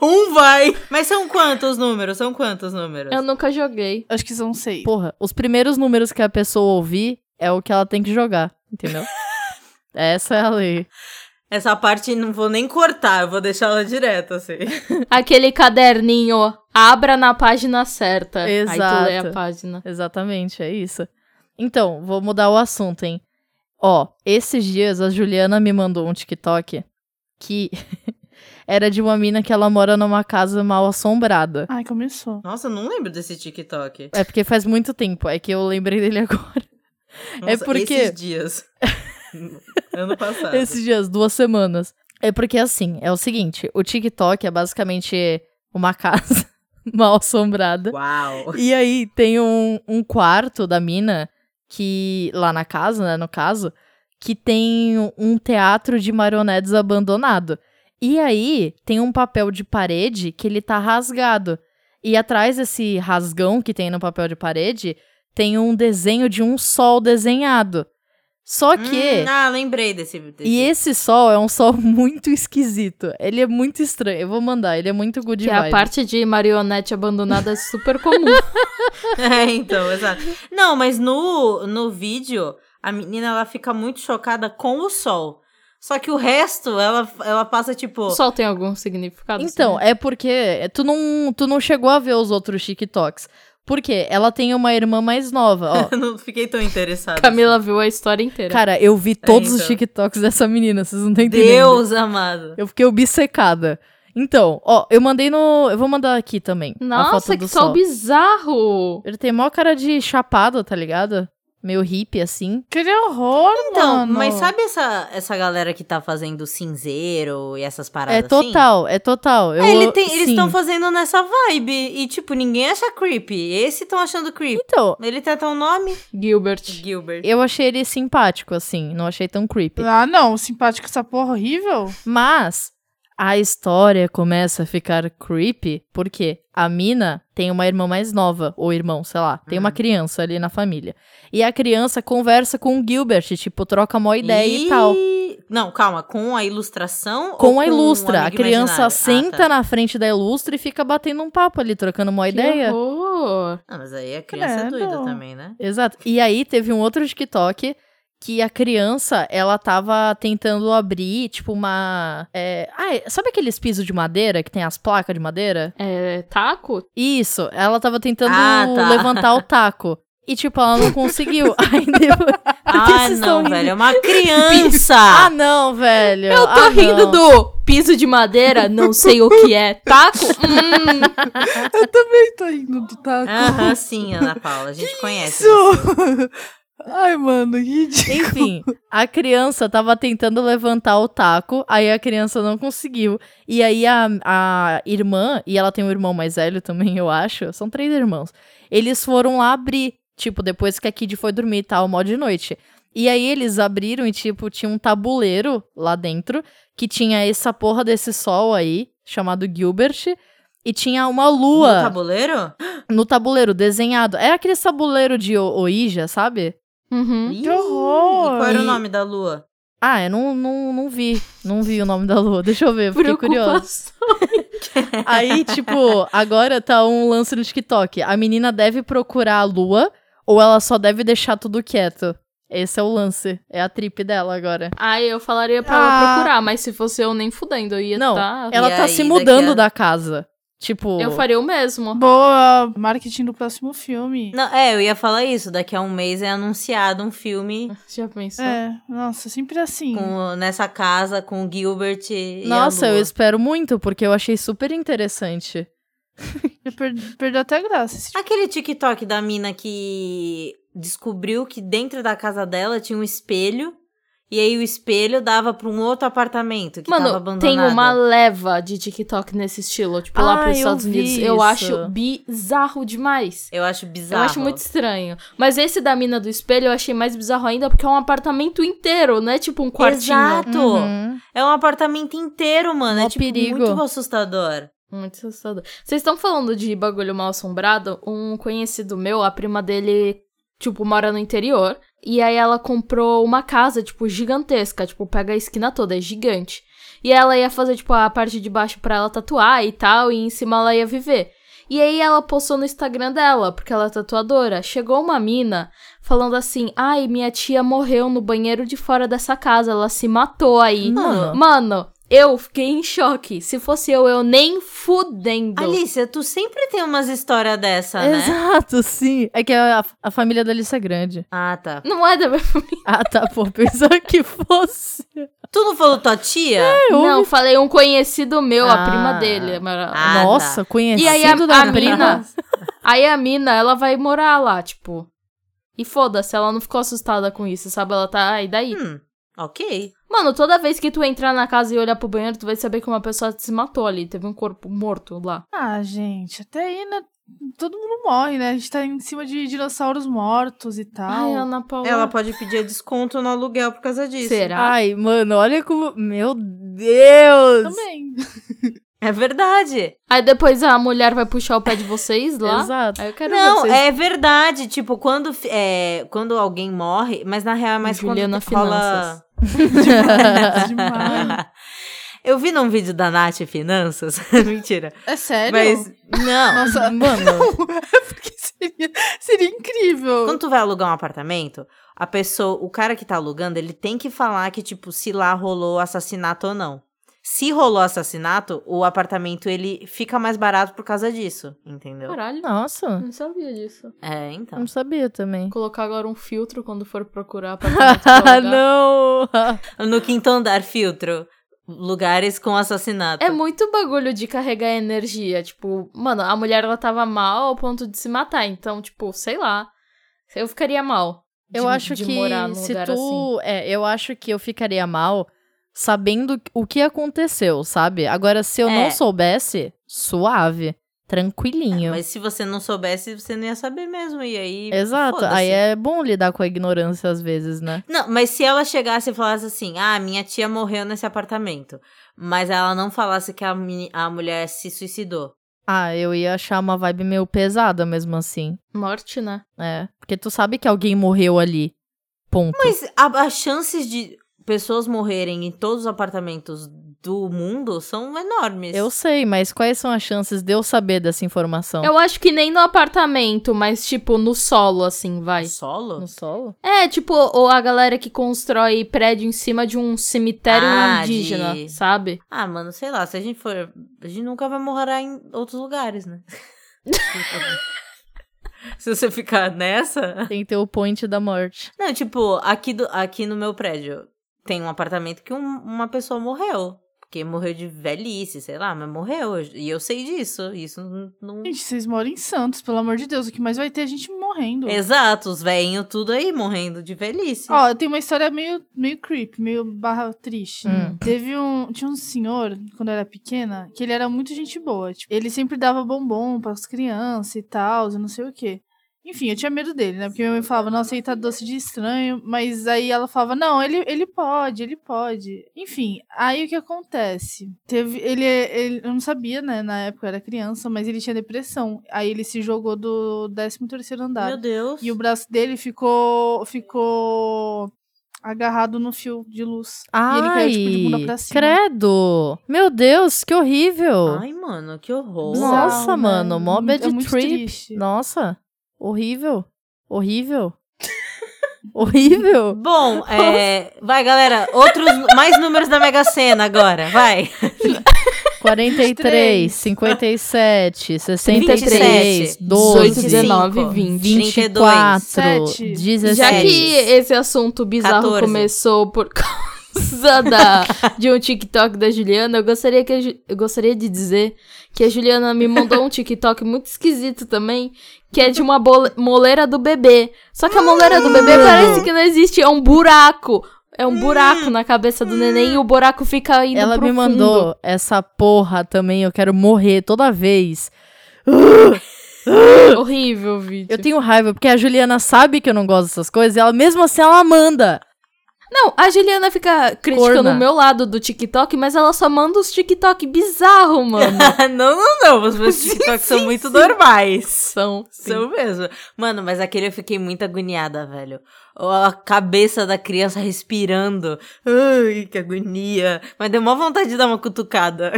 Um vai. Mas são quantos números? São quantos números? Eu nunca joguei. Acho que são seis. Porra, os primeiros números que a pessoa ouvir é o que ela tem que jogar, entendeu? Essa é a lei. Essa parte não vou nem cortar, eu vou deixar ela direta, assim. Aquele caderninho, abra na página certa. Aí tu lê a Exato. página. Exatamente, é isso. Então, vou mudar o assunto, hein? Ó, esses dias a Juliana me mandou um TikTok que era de uma mina que ela mora numa casa mal assombrada. Ai, começou. Nossa, eu não lembro desse TikTok. É porque faz muito tempo, é que eu lembrei dele agora. Nossa, É porque- Esses dias. ano passado. Esses dias, duas semanas. É porque assim, é o seguinte, o TikTok é basicamente uma casa mal assombrada. Uau. E aí tem um, um quarto da mina que. lá na casa, né, no caso, que tem um teatro de marionetes abandonado. E aí tem um papel de parede que ele tá rasgado. E atrás desse rasgão que tem no papel de parede tem um desenho de um sol desenhado. Só que. Hum, ah, lembrei desse. desse. E esse sol é um sol muito esquisito. Ele é muito estranho. Eu vou mandar, ele é muito good Que é a vibe. parte de marionete abandonada é super comum. É, então, exato. Não, mas no, no vídeo, a menina ela fica muito chocada com o sol. Só que o resto, ela, ela passa tipo. O sol tem algum significado? né? Então, né? é porque tu não, tu não chegou a ver os outros TikToks. Porque ela tem uma irmã mais nova, ó. Eu não fiquei tão é- interessada. Camila viu a história inteira. Cara, eu vi todos os então. TikToks dessa menina, vocês não estão entendendo. Deus amado. Eu fiquei obcecada. Então, ó, eu mandei no. Eu vou mandar aqui também. a Nossa, foto que do sol sol. bizarro! Ele tem maior cara de chapado, tá ligado? Meio hippie, assim. Que horror, Então, mano. mas sabe essa, essa galera que tá fazendo cinzeiro e essas paradas É total, é total. Eu, assim? É, ele tem- eles sim. estão fazendo nessa vibe. E, tipo, ninguém acha creepy. Esse estão achando creepy. Então, Ele tem até um nome? Gilbert. Gilbert. eu achei ele simpático, assim. Não achei tão creepy. Ah, não, simpático essa porra horrível. Mas a história começa a ficar creepy porque a mina tem uma irmã mais nova, ou irmão, sei lá, tem uma Uhum. criança ali na família. E a criança conversa com o Gilbert, tipo, troca uma ideia e, Ih, tal. Não, calma, com a ilustração? ou Com a um ilustra. a amigo criança imaginário? Ah, senta tá. na frente da ilustra e fica batendo um papo ali, trocando uma ideia. Que horror! Ah, mas aí a criança Credo. é doida também, né? Exato. E aí teve um outro TikTok que a criança, ela tava tentando abrir, tipo, uma. é, ah, é- sabe aqueles pisos de madeira que tem as placas de madeira? É taco? Isso, ela tava tentando Ah, tá. levantar o taco. E, tipo, ela não conseguiu. Aí depois... Por que Ah, vocês tão não, rindo? velho, é uma criança! um Ah, não, velho. Ah, Eu tô rindo do piso de madeira, não sei o que é. Taco? Hum. Eu também tô indo do taco. Aham, sim, Ana Paula, a gente conhece. Isso! Ai, mano, ridículo. Enfim, a criança tava tentando levantar o taco, aí a criança não conseguiu. E aí a, a irmã, e ela tem um irmão mais velho também, eu acho, são três irmãos. Eles foram lá abrir, tipo, depois que a Kid foi dormir e tal, mó de noite. E aí eles abriram e, tipo, tinha um tabuleiro lá dentro, que tinha essa porra desse sol aí, chamado Gilbert, e tinha uma No lua um tabuleiro? no tabuleiro desenhado. É aquele tabuleiro de O- Ouija, sabe? Uhum. Que horror! E qual era o E- nome da lua? Ah, eu não, não, não vi. Não vi o nome da lua. Deixa eu ver, fiquei curiosa. Preocupação. Aí, tipo, agora tá um lance no TikTok. A menina deve procurar a lua ou ela só deve deixar tudo quieto. Esse é o lance. É a trip dela agora. Aí eu falaria pra Ah. ela procurar, mas se fosse eu nem fudendo, eu ia Não, tá... Ela E tá aí, se daqui mudando a- da casa. Tipo. Eu faria o mesmo. Boa, marketing do próximo filme. Não, é, eu ia falar isso. Daqui a um mês é anunciado um filme Já pensou? É, nossa, sempre assim. com- nessa casa com o Gilbert e Nossa, a eu lua. espero muito, porque eu achei super interessante. Já per- perdeu até a graça. esse tipo- Aquele TikTok da mina que descobriu que dentro da casa dela tinha um espelho e aí o espelho dava pra um outro apartamento que tava Mano, tem abandonado. uma leva de TikTok nesse estilo, tipo, lá Ah, pros eu Estados vi Unidos. Eu isso. acho bizarro demais. Eu acho Eu bizarro. acho muito estranho. Mas esse da mina do espelho eu achei mais bizarro ainda, porque é um apartamento inteiro, não é tipo um quartinho. Exato. Uhum. É um apartamento inteiro, mano. Mó é tipo perigo. muito assustador. Muito assustador. Vocês estão falando de bagulho mal assombrado? Um conhecido meu, a prima dele, tipo, mora no interior. E aí ela comprou uma casa, tipo, gigantesca. Tipo, pega a esquina toda, é gigante. E ela ia fazer, tipo, a parte de baixo pra ela tatuar e tal. E em cima ela ia viver. E aí ela postou no Instagram dela, porque ela é tatuadora. Chegou uma mina falando assim: Ai, minha tia morreu no banheiro de fora dessa casa. Ela se matou aí. Mano. Mano, eu fiquei em choque. Se fosse eu, eu nem fudendo. Alicia, tu sempre tem umas histórias dessa, né? Exato, sim. É que a, a família da Alice é grande. Ah, tá. Não é da minha família. Ah, tá, pô, pensava que fosse. Tu não falou tua tia? Eu Não, falei um conhecido meu, Ah. a prima dele. mas- Ah. tá. Nossa, conhecido E aí a, da a prima. mina. Aí a mina, ela vai morar lá, tipo. E foda-se, ela não ficou assustada com isso, sabe? Ela tá. Aí daí. Hum, ok. Mano, toda vez que tu entrar na casa e olhar pro banheiro, tu vai saber que uma pessoa se matou ali. Teve um corpo morto lá. Ah, gente, até aí, né? Todo mundo morre, né? A gente tá em cima de dinossauros mortos e Ai, tal. Ana Paula. Ela pode pedir desconto no aluguel por causa disso. Então Será? Ai, mano, olha como. Meu Deus! Também. É verdade. Aí depois a mulher vai puxar o pé de vocês lá. Exato. Aí eu quero ver Não, vocês. é verdade. Tipo, quando, fi- é, quando alguém morre, mas na real é mais Juliana quando rola... Finanças. Demais, demais. Eu vi num vídeo da Nath Finanças. Mentira. É sério? Mas, não. Nossa, Mano, porque seria, seria incrível. Quando tu vai alugar um apartamento, a pessoa, o cara que tá alugando, ele tem que falar que, tipo, se lá rolou assassinato ou não. Se rolou assassinato, o apartamento ele fica mais barato por causa disso, entendeu? Caralho, nossa, é não sabia disso. É, não então. sabia também. Vou colocar agora um filtro quando for procurar pra Ah, não! No quinto andar, filtro. Lugares com assassinato. É muito bagulho de carregar energia. Tipo, mano, a mulher ela tava mal ao ponto de se matar. Então, tipo, sei lá. Eu ficaria mal. de- Eu acho de que morar num se lugar assim. tu. É, eu acho que eu ficaria mal sabendo o que aconteceu, sabe? Agora, se eu É. não soubesse, suave, Ah, tranquilinho. Mas se você não soubesse, você não ia saber mesmo. E aí. Exato, foda-se. aí é bom lidar com a ignorância às vezes, né? Não, mas se ela chegasse e falasse assim: ah, minha tia morreu nesse apartamento. Mas ela não falasse que a, meni- a mulher se suicidou. Ah, eu ia achar uma vibe meio pesada mesmo assim. Morte, né? É, porque tu sabe que alguém morreu ali. Ponto. Mas a- as chances de pessoas morrerem em todos os apartamentos do mundo são enormes. Eu sei, mas quais são as chances de eu saber dessa informação? Eu acho que nem no apartamento, mas, tipo, no solo, assim, vai. Solo? No solo? É, tipo, ou a galera que constrói prédio em cima de um cemitério Ah, indígena, de- sabe? Ah, mano, sei lá, se a gente for. A gente nunca vai morar em outros lugares, né? se você ficar nessa. Tem que ter o point da morte. Não, tipo, aqui, do, aqui no meu prédio tem um apartamento que um- uma pessoa morreu. Porque morreu de velhice, sei lá, mas morreu. E eu sei disso. Isso não. Gente, vocês moram em Santos, pelo amor de Deus. O que mais vai ter é gente morrendo. Exato, os velhinhos tudo aí morrendo de velhice. Ó, tem uma história meio, meio creep, meio barra triste. Hum. Teve um. Tinha um senhor, quando eu era pequena, que ele era muito gente boa. Tipo, ele sempre dava bombom pras crianças e tal, e não sei o quê. Enfim, eu tinha medo dele, né? Porque minha mãe falava, nossa, ele tá doce de estranho. Mas aí ela falava, não, ele, ele pode, ele pode. Enfim, aí o que acontece? Teve, ele, ele. Eu não sabia, né? Na época eu era criança, mas ele tinha depressão. Aí ele se jogou do 13 terceiro andar. Meu Deus. tá. E o braço dele ficou. ficou agarrado no fio de luz. Ai, e ele caiu tipo, de bunda pra cima. credo! Meu Deus, que horrível! Ai, mano, que horror. bizarro, Nossa, né? mano, mó É bad muito trip. triste. Nossa, horrível, horrível, horrível. Bom, é, vai, galera. Outros, mais números da Mega Sena agora, vai. 43, 57, 63, 27, 12, 18, 19, 25, 20. 24, 32, 17. Já Séries. que esse assunto bizarro 14. começou por causa da, de um TikTok da Juliana, eu gostaria, que a Ju- eu gostaria de dizer que a Juliana me mandou um TikTok muito esquisito também, que é de uma bole- moleira do bebê. Só que a moleira do Ah. bebê parece que não existe, é um buraco. É um buraco na cabeça do neném e o buraco fica indo Hum. Ela pro me fundo. mandou essa porra também, eu quero morrer toda vez. Horrível, o vídeo. Eu tenho raiva, porque a Juliana sabe que eu não gosto dessas coisas e ela mesmo assim ela manda. Não, a Juliana fica criticando Corna. o meu lado do TikTok, mas ela só manda os TikTok bizarro, mano. não, não, não. Os meus TikToks são muito normais. São. São mesmo. Mano, mas aquele eu fiquei muito agoniada, velho. Ó, A cabeça da criança respirando. Ai, que agonia. Mas deu mó vontade de dar uma cutucada.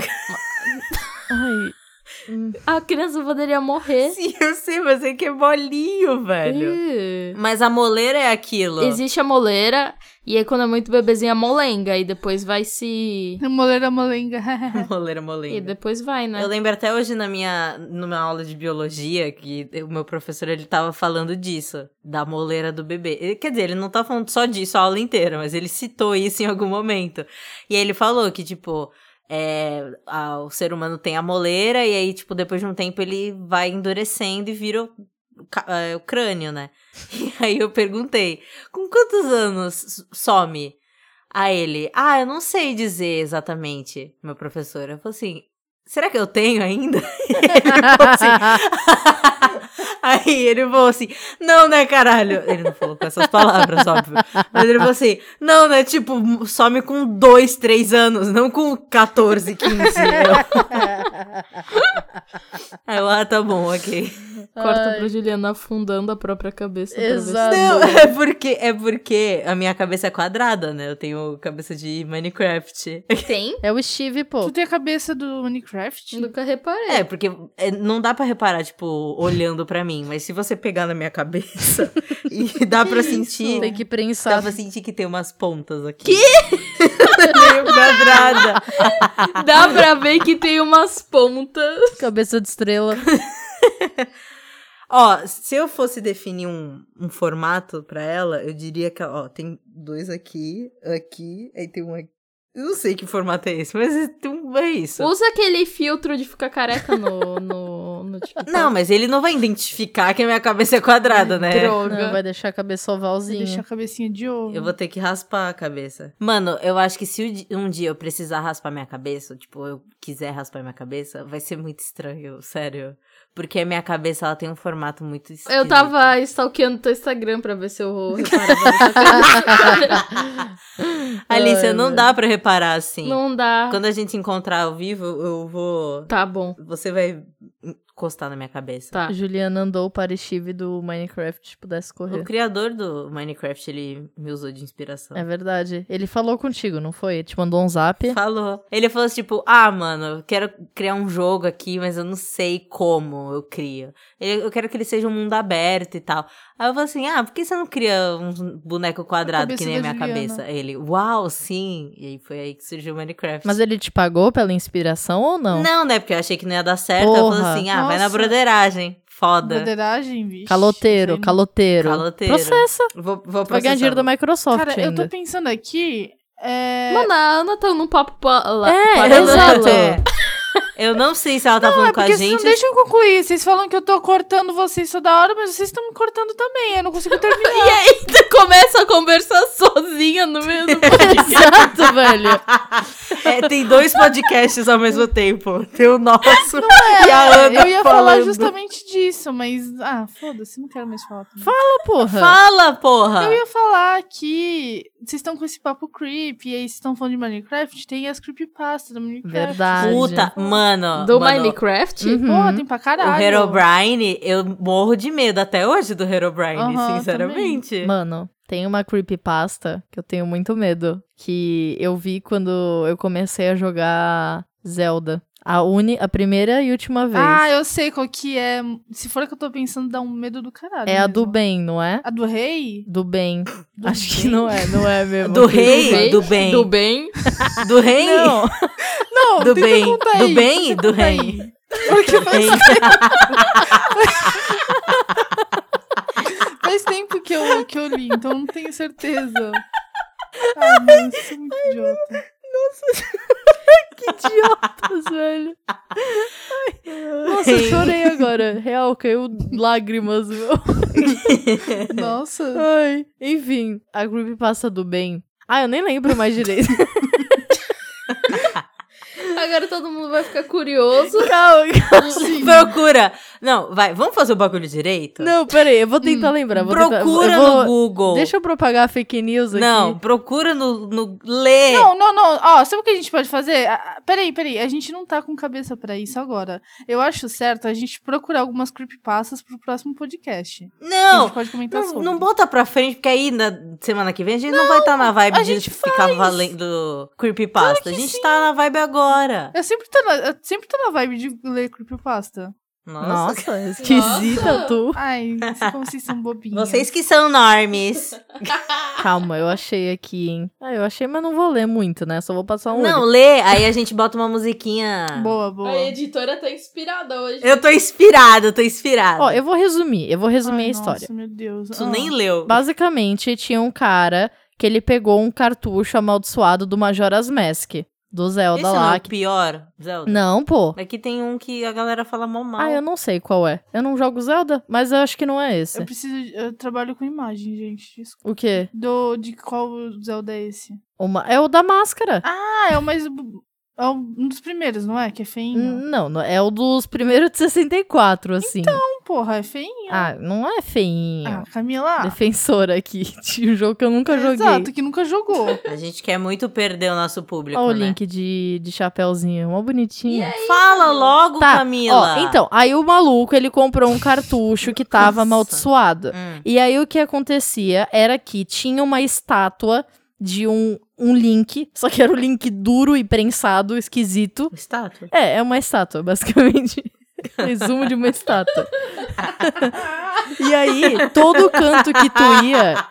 Ai, A criança poderia morrer. Sim, eu sei, mas é que é bolinho, Hum. velho. Ih. Mas a moleira é aquilo. Existe a moleira, e aí quando é muito bebezinho, a molenga, e depois vai se. É Moleira molenga. Moleira, moleira. E depois vai, né? Eu lembro até hoje na minha, numa aula de biologia que o meu professor ele tava falando disso, da moleira do bebê. Ele- Quer dizer, ele não tá falando só disso a aula inteira, mas ele citou isso em algum momento. E aí ele falou que, tipo, é, a- o ser humano tem a moleira e aí, tipo, depois de um tempo ele vai endurecendo e vira o, ca- é, o crânio, né? E aí eu perguntei, com quantos anos some? A ele, ah, eu não sei dizer exatamente, meu professor. Eu falei assim, será que eu tenho ainda? ele falou assim. Aí ele falou assim, não, né, caralho? Ele não falou com essas palavras, óbvio. Mas ele falou assim, não, né, tipo, some com dois, três anos, não com 14, 15. Aí eu, ah, tá bom, ok. Corta Ai. pra Juliana afundando a própria cabeça. pra ver se- Exato. Não, é porque, é porque a minha cabeça é quadrada, né? Eu tenho cabeça de Minecraft. Tem? É o Steve, pô. Tu tem a cabeça do Minecraft? Nunca reparei. É, porque é, não dá pra reparar, tipo, olhando pra mim, mas se você pegar na minha cabeça e dá pra sentir. Tem que Dá prensar. pra sentir assim, que tem umas pontas aqui. Que? Meio quadrada. É. Dá pra ver que tem umas pontas. Cabeça de estrela. Ó, se eu fosse definir um, um formato pra ela, eu diria que, ó, tem dois aqui, aqui, aí tem um aqui. Eu não sei que formato é esse, mas tem um- é isso. Usa aquele filtro de ficar careca no, no, no TikTok. Não, mas ele não vai identificar que a minha cabeça é quadrada, né? Droga. Não, vai deixar a cabeça Você ovalzinha. deixa a cabecinha de ovo. Eu vou ter que raspar a cabeça. Mano, eu acho que se o di- um dia eu precisar raspar minha cabeça, tipo, eu quiser raspar minha cabeça, vai ser muito estranho, sério. Porque a minha cabeça, ela tem um formato muito estranho. Eu tava stalkeando teu Instagram pra ver se eu reparava. Alicia, Ai, não velho. dá pra reparar assim. Não dá. Quando a gente se encontrar ao vivo, eu vou. Tá bom, Você vai encostar na minha cabeça. tá. Juliana andou para Steve do Minecraft se pudesse O correr. criador do Minecraft, ele me usou de inspiração. É verdade. Ele falou contigo, não foi? Ele te mandou um zap. Falou. Ele falou assim, tipo, ah, mano, eu quero criar um jogo aqui, mas eu não sei como eu crio. Ele- Eu quero que ele seja um mundo aberto e tal. Aí eu falei assim, ah, por que você não cria um boneco quadrado que cabeça nem a da minha Juliana. cabeça? Aí Ele, uau, sim. E aí foi aí que surgiu o Minecraft. Mas ele te pagou pela inspiração ou não? Não, né? Porque eu achei que não ia dar certo. Aí Eu Porra. falei assim, ah, vai na Nossa. broderagem. Foda. Broderagem, bicho. Caloteiro, Isso aí não- caloteiro. Caloteiro. Processa. Vou, vou Vai ganhar dinheiro da processá-lo. Microsoft Cara, eu ainda. tô pensando aqui. É... Mano, a Ana tá num papo pa- lá. É, paralelo. exato. É. Eu não sei se ela tá é falando com a Porque vocês não gente. deixam eu concluir. Vocês falam que eu tô cortando vocês toda hora, mas vocês estão me cortando também. Eu não consigo terminar. E aí tu começa a conversar sozinha no meio do Exato, velho. É, tem dois podcasts ao mesmo tempo. Tem o nosso e a Ana eu ia falar falando. justamente disso, mas. Ah, foda-se, não quero mais falar. também. Porra. Fala, porra! Eu ia falar que vocês estão com esse papo creep e aí vocês estão falando de Minecraft, tem as creepypasta do Minecraft. Verdade. Puta, mano. É. Do mano, Minecraft? Uhum. Pô, tem pra O caralho. Herobrine, eu morro de medo até hoje do Herobrine, Aham, sinceramente. Mano, tem uma creepypasta que eu tenho muito medo. Que eu vi quando eu comecei a jogar Zelda. A, uni, a primeira e última vez. Ah, eu sei qual que é. Se for a que eu tô pensando, dá um medo do caralho. é a do mesmo. bem, não é? A do rei? Do bem. Do Acho que bem? não é, não é mesmo. Do rei, do bem. Do bem. Do rei? Não. Não, Do tenta bem. contar Do aí, bem? tenta Do contar rei. aí. Do rei. Faz tempo que eu, que eu li, então não tenho certeza. Ah, mano, eu sou muito idiota. Que idiotas, velho. Nossa, eu Rei. chorei agora. Real, caiu lágrimas, meu. Nossa. Ai, enfim, a creepypasta do bem. Ah, eu nem lembro mais direito. Agora todo mundo vai ficar curioso. Calma, Sim. Procura. Não, vai, vamos fazer o bagulho direito? assim? Não, peraí, eu vou tentar lembrar. Vou tentar- eu Hum. Procura vou- no Google. Deixa eu propagar fake news aqui. Não, procura no. no lê. Não, não, não. Ó, sabe o que a gente pode fazer? Ah, ah, Peraí, peraí. A gente não tá com cabeça pra isso agora. Eu acho certo a gente procurar algumas creepypastas pro próximo podcast. a Não, gente pode comentar Não, um sobre. não bota pra frente, porque aí na semana que vem a gente não, vai estar na vibe a de gente ficar valendo creepypasta. a gente tá na vibe agora. Eu sempre tô, na, eu sempre tô na vibe de ler creepypasta. Nossa. Nossa, esquisita Nossa. tu. Ai, como vocês são bobinhos. Vocês que são normes. Calma, eu achei aqui, hein. Ah, eu achei, mas não vou ler muito, né? Só vou passar um Não, olho. lê, aí a gente bota uma musiquinha. Boa, boa. A editora tá inspirada hoje. Eu tô inspirada, eu tô inspirada. Ó, eu vou resumir. Eu vou resumir Ai, a história. Nossa, meu Deus. Tu Ah. nem leu. Basicamente, tinha um cara que ele pegou um cartucho amaldiçoado do Majora's Mask, do Zelda Esse não lá. é o que- pior, Zelda. Não, pô. Aqui tem um que a galera fala mó mal. Ah, eu não sei qual é. Eu não jogo Zelda, mas eu acho que não é esse. Eu preciso. de- Eu trabalho com imagem, gente. Desculpa. O quê? Do, de qual Zelda é esse? Uma... É o da máscara. Ah, é o mais. bu- É um dos primeiros, não é? Que é feinho. Hum. N- Não, não, é o dos primeiros de 64, assim. Não, porra, é feinho. Ah, não é feinho. Ah, Camila. Defensora aqui de um jogo que eu nunca joguei. Exato, que nunca jogou. A gente quer muito perder o nosso público, Olha o né? link de, de chapéuzinho, mó bonitinho. Fala logo, Tá, Camila. Ó, então, aí o maluco, ele comprou um cartucho que tava Nossa. amaldiçoado. Hum. E aí o que acontecia era que tinha uma estátua de um, um link, só que era um link duro e prensado, esquisito. Estátua. É, é uma estátua, basicamente. Um Resumo de uma estátua. e aí, todo canto que tu ia.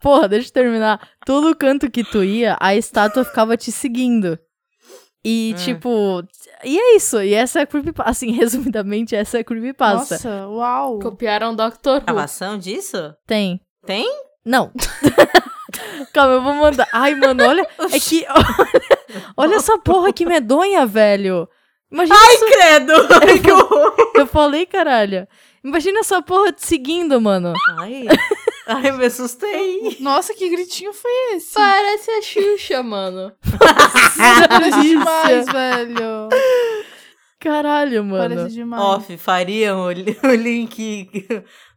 Porra, deixa eu terminar. Todo canto que tu ia, a estátua ficava te seguindo. E, Hum. tipo. E é isso. E essa é a creepypasta. Assim, resumidamente, essa é a creepypasta. Nossa, uau. Copiaram Doctor Who. Gravação disso? Tem. Tem? Não. Calma, eu vou mandar. Ai, mano, olha. É que. Olha, olha essa porra que medonha, velho. Imagina isso. Credo! que horror! Eu falei, caralho. Imagina essa porra te seguindo, mano. Ai, ai, me assustei. Nossa, que gritinho foi esse? Parece a Xuxa, mano. Parece Ah, delícia. demais, velho. Caralho, mano. Parece demais. Off, fariam o, li- o link.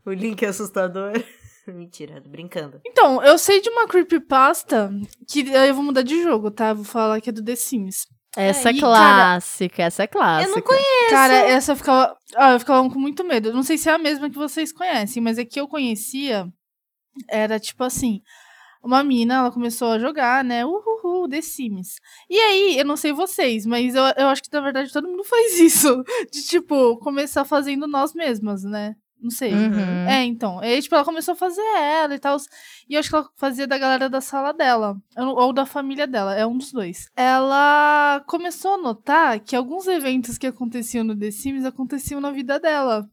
O link assustador. Mentira, tô brincando. Então, eu sei de uma creepypasta que eu vou mudar de jogo, tá? Vou falar que é do The Sims. Essa é Aí, clássica, essa é clássica. Eu não conheço. Cara, essa eu ficava. Ah, eu ficava com muito medo. Eu Não sei se é a mesma que vocês conhecem, mas a que eu conhecia era tipo assim. Uma mina, ela começou a jogar, né? Uhuhu, The Sims. E aí, eu não sei vocês, mas eu, eu acho que na verdade todo mundo faz isso. De tipo, começar fazendo nós mesmas, né? Não sei. Uhum. É, então. Aí, tipo, ela começou a fazer ela e tal. E eu acho que ela fazia da galera da sala dela. eu não- Ou da família dela, é um dos dois. Ela começou a notar que alguns eventos que aconteciam no The Sims aconteciam na vida dela.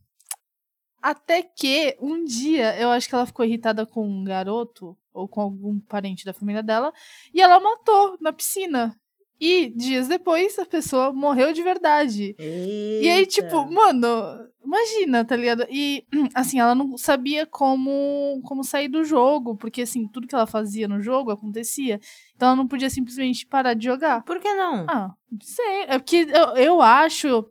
Até que um dia eu acho que ela ficou irritada com um garoto ou com algum parente da família dela e ela matou na piscina. E dias depois a pessoa morreu de verdade. E aí, tipo, mano, imagina, tá ligado? E, assim, ela não sabia como, como sair do jogo, porque, assim, tudo que ela fazia no jogo acontecia. Então ela não podia simplesmente parar de jogar. Por que não? Ah, não sei. É porque eu, eu acho.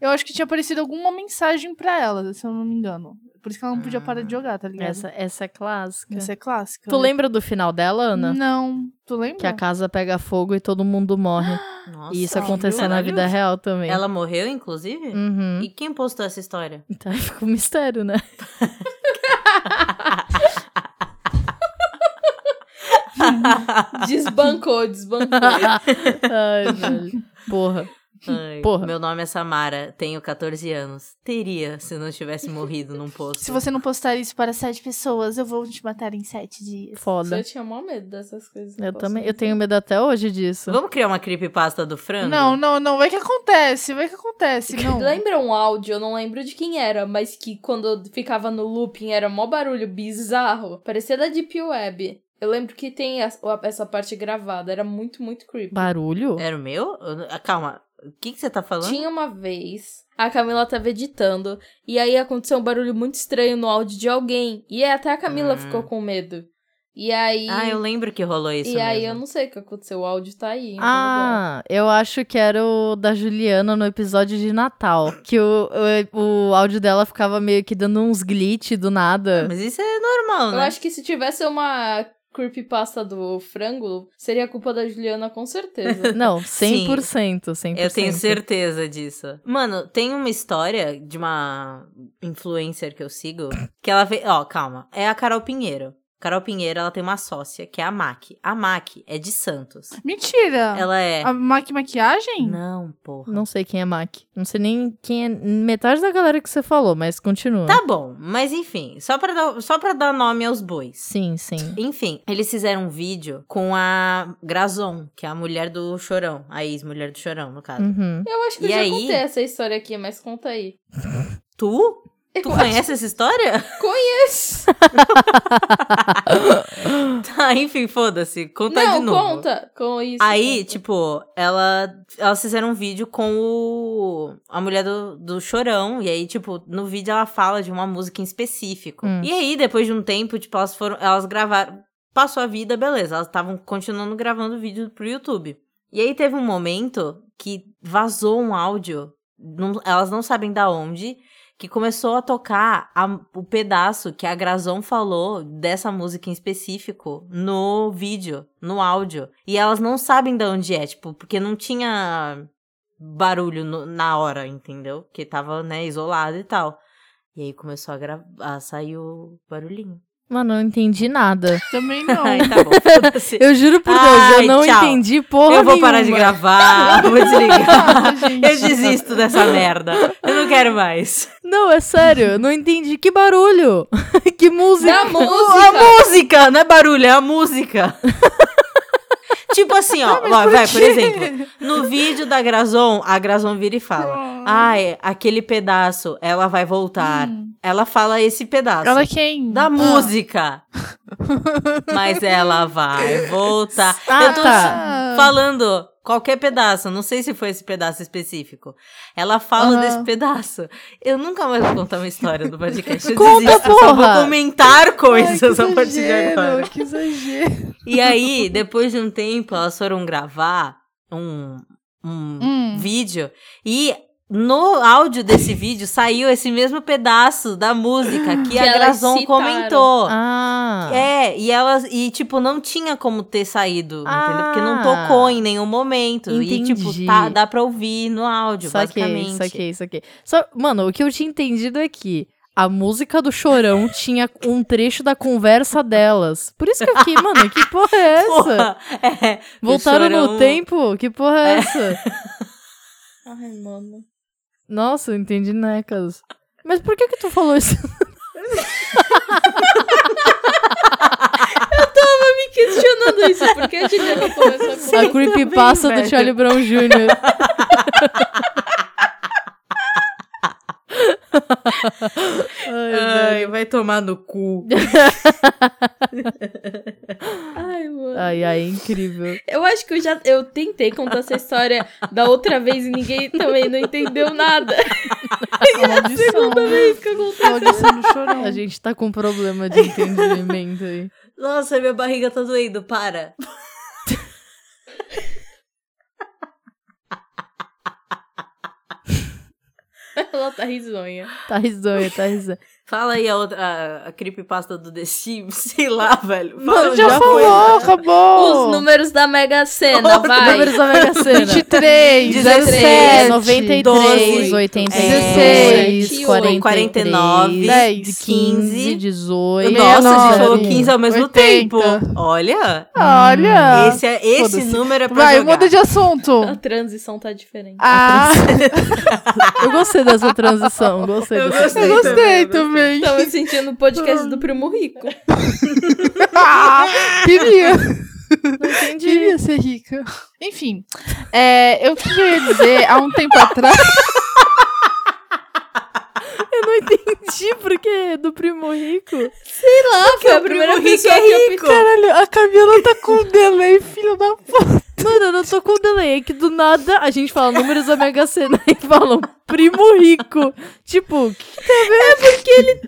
Eu acho que tinha aparecido alguma mensagem pra ela, se eu não me engano. Por isso que ela não podia parar de jogar, tá ligado? Ah, Essa, essa é clássica. Essa é clássica. Tu lembra do final dela, Ana? Não. Tu lembra? Que a casa pega fogo e todo mundo morre. Nossa, e isso aconteceu na caralho. vida real também. Ela morreu, inclusive? Uhum. E quem postou essa história? Então aí fica um mistério, né? Desbancou, desbancou. Ai, velho. Porra. Ai, Porra. Meu nome é Samara, tenho 14 anos. Teria se não tivesse morrido num posto. Se assim. você não postar isso para sete pessoas, eu vou te matar em sete dias. Foda. Eu tinha mó medo dessas coisas. Eu também. Eu tenho medo até hoje disso. Vamos criar uma creepypasta do frango? Não, não, não. Vai que acontece, vai que acontece. Não. é Lembra um áudio, eu não lembro de quem era, mas que quando ficava no looping era mó barulho bizarro. Parecia da Deep Web. Eu lembro que tem as- a- essa parte gravada, era muito, muito creepy. Barulho? Era o meu? Eu- ah, Calma, o que, que você tá falando? Tinha uma vez, a Camila tava editando, e aí aconteceu um barulho muito estranho no áudio de alguém. E aí até a Camila Hum. ficou com medo. E aí. Ah, eu lembro que rolou isso e aí eu mesmo. não sei o que aconteceu, o áudio tá aí. em algum lugar. Ah, eu acho que era o da Juliana no episódio de Natal. Que o, o, o áudio dela ficava meio que dando uns glitch do nada. Mas isso é normal, Eu né? acho que se tivesse uma creepypasta do frango, seria culpa da Juliana, com certeza. Não, 100%. 100%. Eu tenho certeza disso. Mano, tem uma história de uma influencer que eu sigo que ela fez. Ó, calma. É a Carol Pinheiro. Carol Pinheiro, ela tem uma sócia, que é a Mac. A Mac é de Santos. Mentira! Ela é. A maqui maquiagem? Não, porra. Ah. Não sei quem é Mac. Não sei nem quem é metade da galera que você falou, mas continua. Tá bom, mas enfim, só pra dar, só pra dar nome aos bois. Sim, sim. Enfim, eles fizeram um vídeo com a Grazon, que é a mulher do Chorão, a ex-mulher do Chorão, no caso. Uhum. Eu acho que E eu já aí? contei essa história aqui, mas conta aí. Tu? Eu Tu conhece essa história? Conheço. Tá, enfim, foda-se. Conta Não, tá de novo. conta. Com isso. Aí, conta. tipo, ela, elas fizeram um vídeo com o, a mulher do, do Chorão. E aí, tipo, no vídeo ela fala de uma música em específico. Hum. E aí, depois de um tempo, tipo, elas foram. Elas gravaram. Passou a vida, beleza. Elas estavam continuando gravando o vídeo pro YouTube. E aí teve um momento que vazou um áudio. não- elas não sabem da onde. Que começou a tocar a- o pedaço que a Grazon falou dessa música em específico no vídeo, no áudio. E elas não sabem de onde é, tipo, porque não tinha barulho no- na hora, entendeu? Que tava, né, isolado e tal. E aí começou a, gra- a sair o barulhinho. Mano, eu não entendi nada. Também não. Ai, tá bom. foda-se. Eu juro por Deus, Ai, eu não tchau. entendi porra Eu vou parar de nenhuma. gravar, vou desligar. Ah, gente. Eu desisto dessa merda. Eu não quero mais. Não, é sério, eu não entendi. Que barulho! que música! Da A música. música, não é barulho, é a música. tipo assim, ó, vai, vai, por exemplo, no vídeo da Grazon, a Grazon vira e fala: Ah, "Ai, aquele pedaço, ela vai voltar". Ela fala esse pedaço Ela quem? da Ah. música. Mas ela vai voltar. Ah, Eu tô tá. falando qualquer pedaço, não sei se foi esse pedaço específico. Ela fala Aham. desse pedaço. Eu nunca mais vou contar uma história do podcast. Eu Conta, desisto, eu só vou porra! comentar Ai, coisas que a partir de exagero, agora. Que exagero. E aí, depois de um tempo, elas foram gravar um, um Hum. vídeo e no áudio desse vídeo saiu esse mesmo pedaço da música que, Que a elas Grazon citaram. comentou. Ah! É, e elas. E, tipo, não tinha como ter saído, entendeu? Porque não Ah. tocou em nenhum momento. E, Entendi. tipo, tá- dá pra ouvir no áudio, Saquei, basicamente. saquei, saquei. Só, mano, o que eu tinha entendido é que a música do Chorão tinha um trecho da conversa delas. Por isso que eu fiquei, mano, que porra é essa? Porra, é, do Voltaram Chorão. no tempo? Que porra é, essa? Ai, mano. Nossa, eu entendi necas. Mas por que que tu falou isso? Me questionando isso, porque a Juliana começou a a conversar. creepypasta velho. do Charlie Brown Jr. um. Ai, vai tomar no cu. Ai, mano. ai, ai, incrível. Eu acho que eu já eu tentei contar essa história da outra vez e ninguém também não entendeu nada. Maldição. que eu contei. Maldição do chorão. A gente tá com um problema de entendimento aí. Nossa, minha barriga tá doendo, para. Ela tá risonha. Tá risonha, tá risonha. Fala aí a, outra, a, a creepypasta do The Sims, sei lá, velho. Não, Fala, já, foi, falou, né? acabou. Os números da Mega Sena, Os vai. Números da Mega Sena. 23, 17, É, É, 17, 93, 12, 86, 16, 49, 49, 10, 15, 18. Nossa, a gente 69, falou 15 ao mesmo 80. tempo. Olha, Ah, Olha. esse, é- esse Foda-se. número é pra Vai, jogar. muda de assunto. A transição tá diferente. Ah, Eu gostei dessa transição, gostei Eu dessa gostei. eu gostei também. Tava sentindo o podcast do Primo Rico. Ah, queria. entendi. Queria ser rica. Enfim, é, eu queria dizer, há um tempo atrás. Eu não entendi porque é do primo rico. Foi a o primeira Primo Rico pessoa é que eu rico. Caralho, a Camila tá com um delay, filho da puta. Mano, eu não tô com delay, é que do nada a gente fala números da Mega Sena e falam primo rico. Tipo,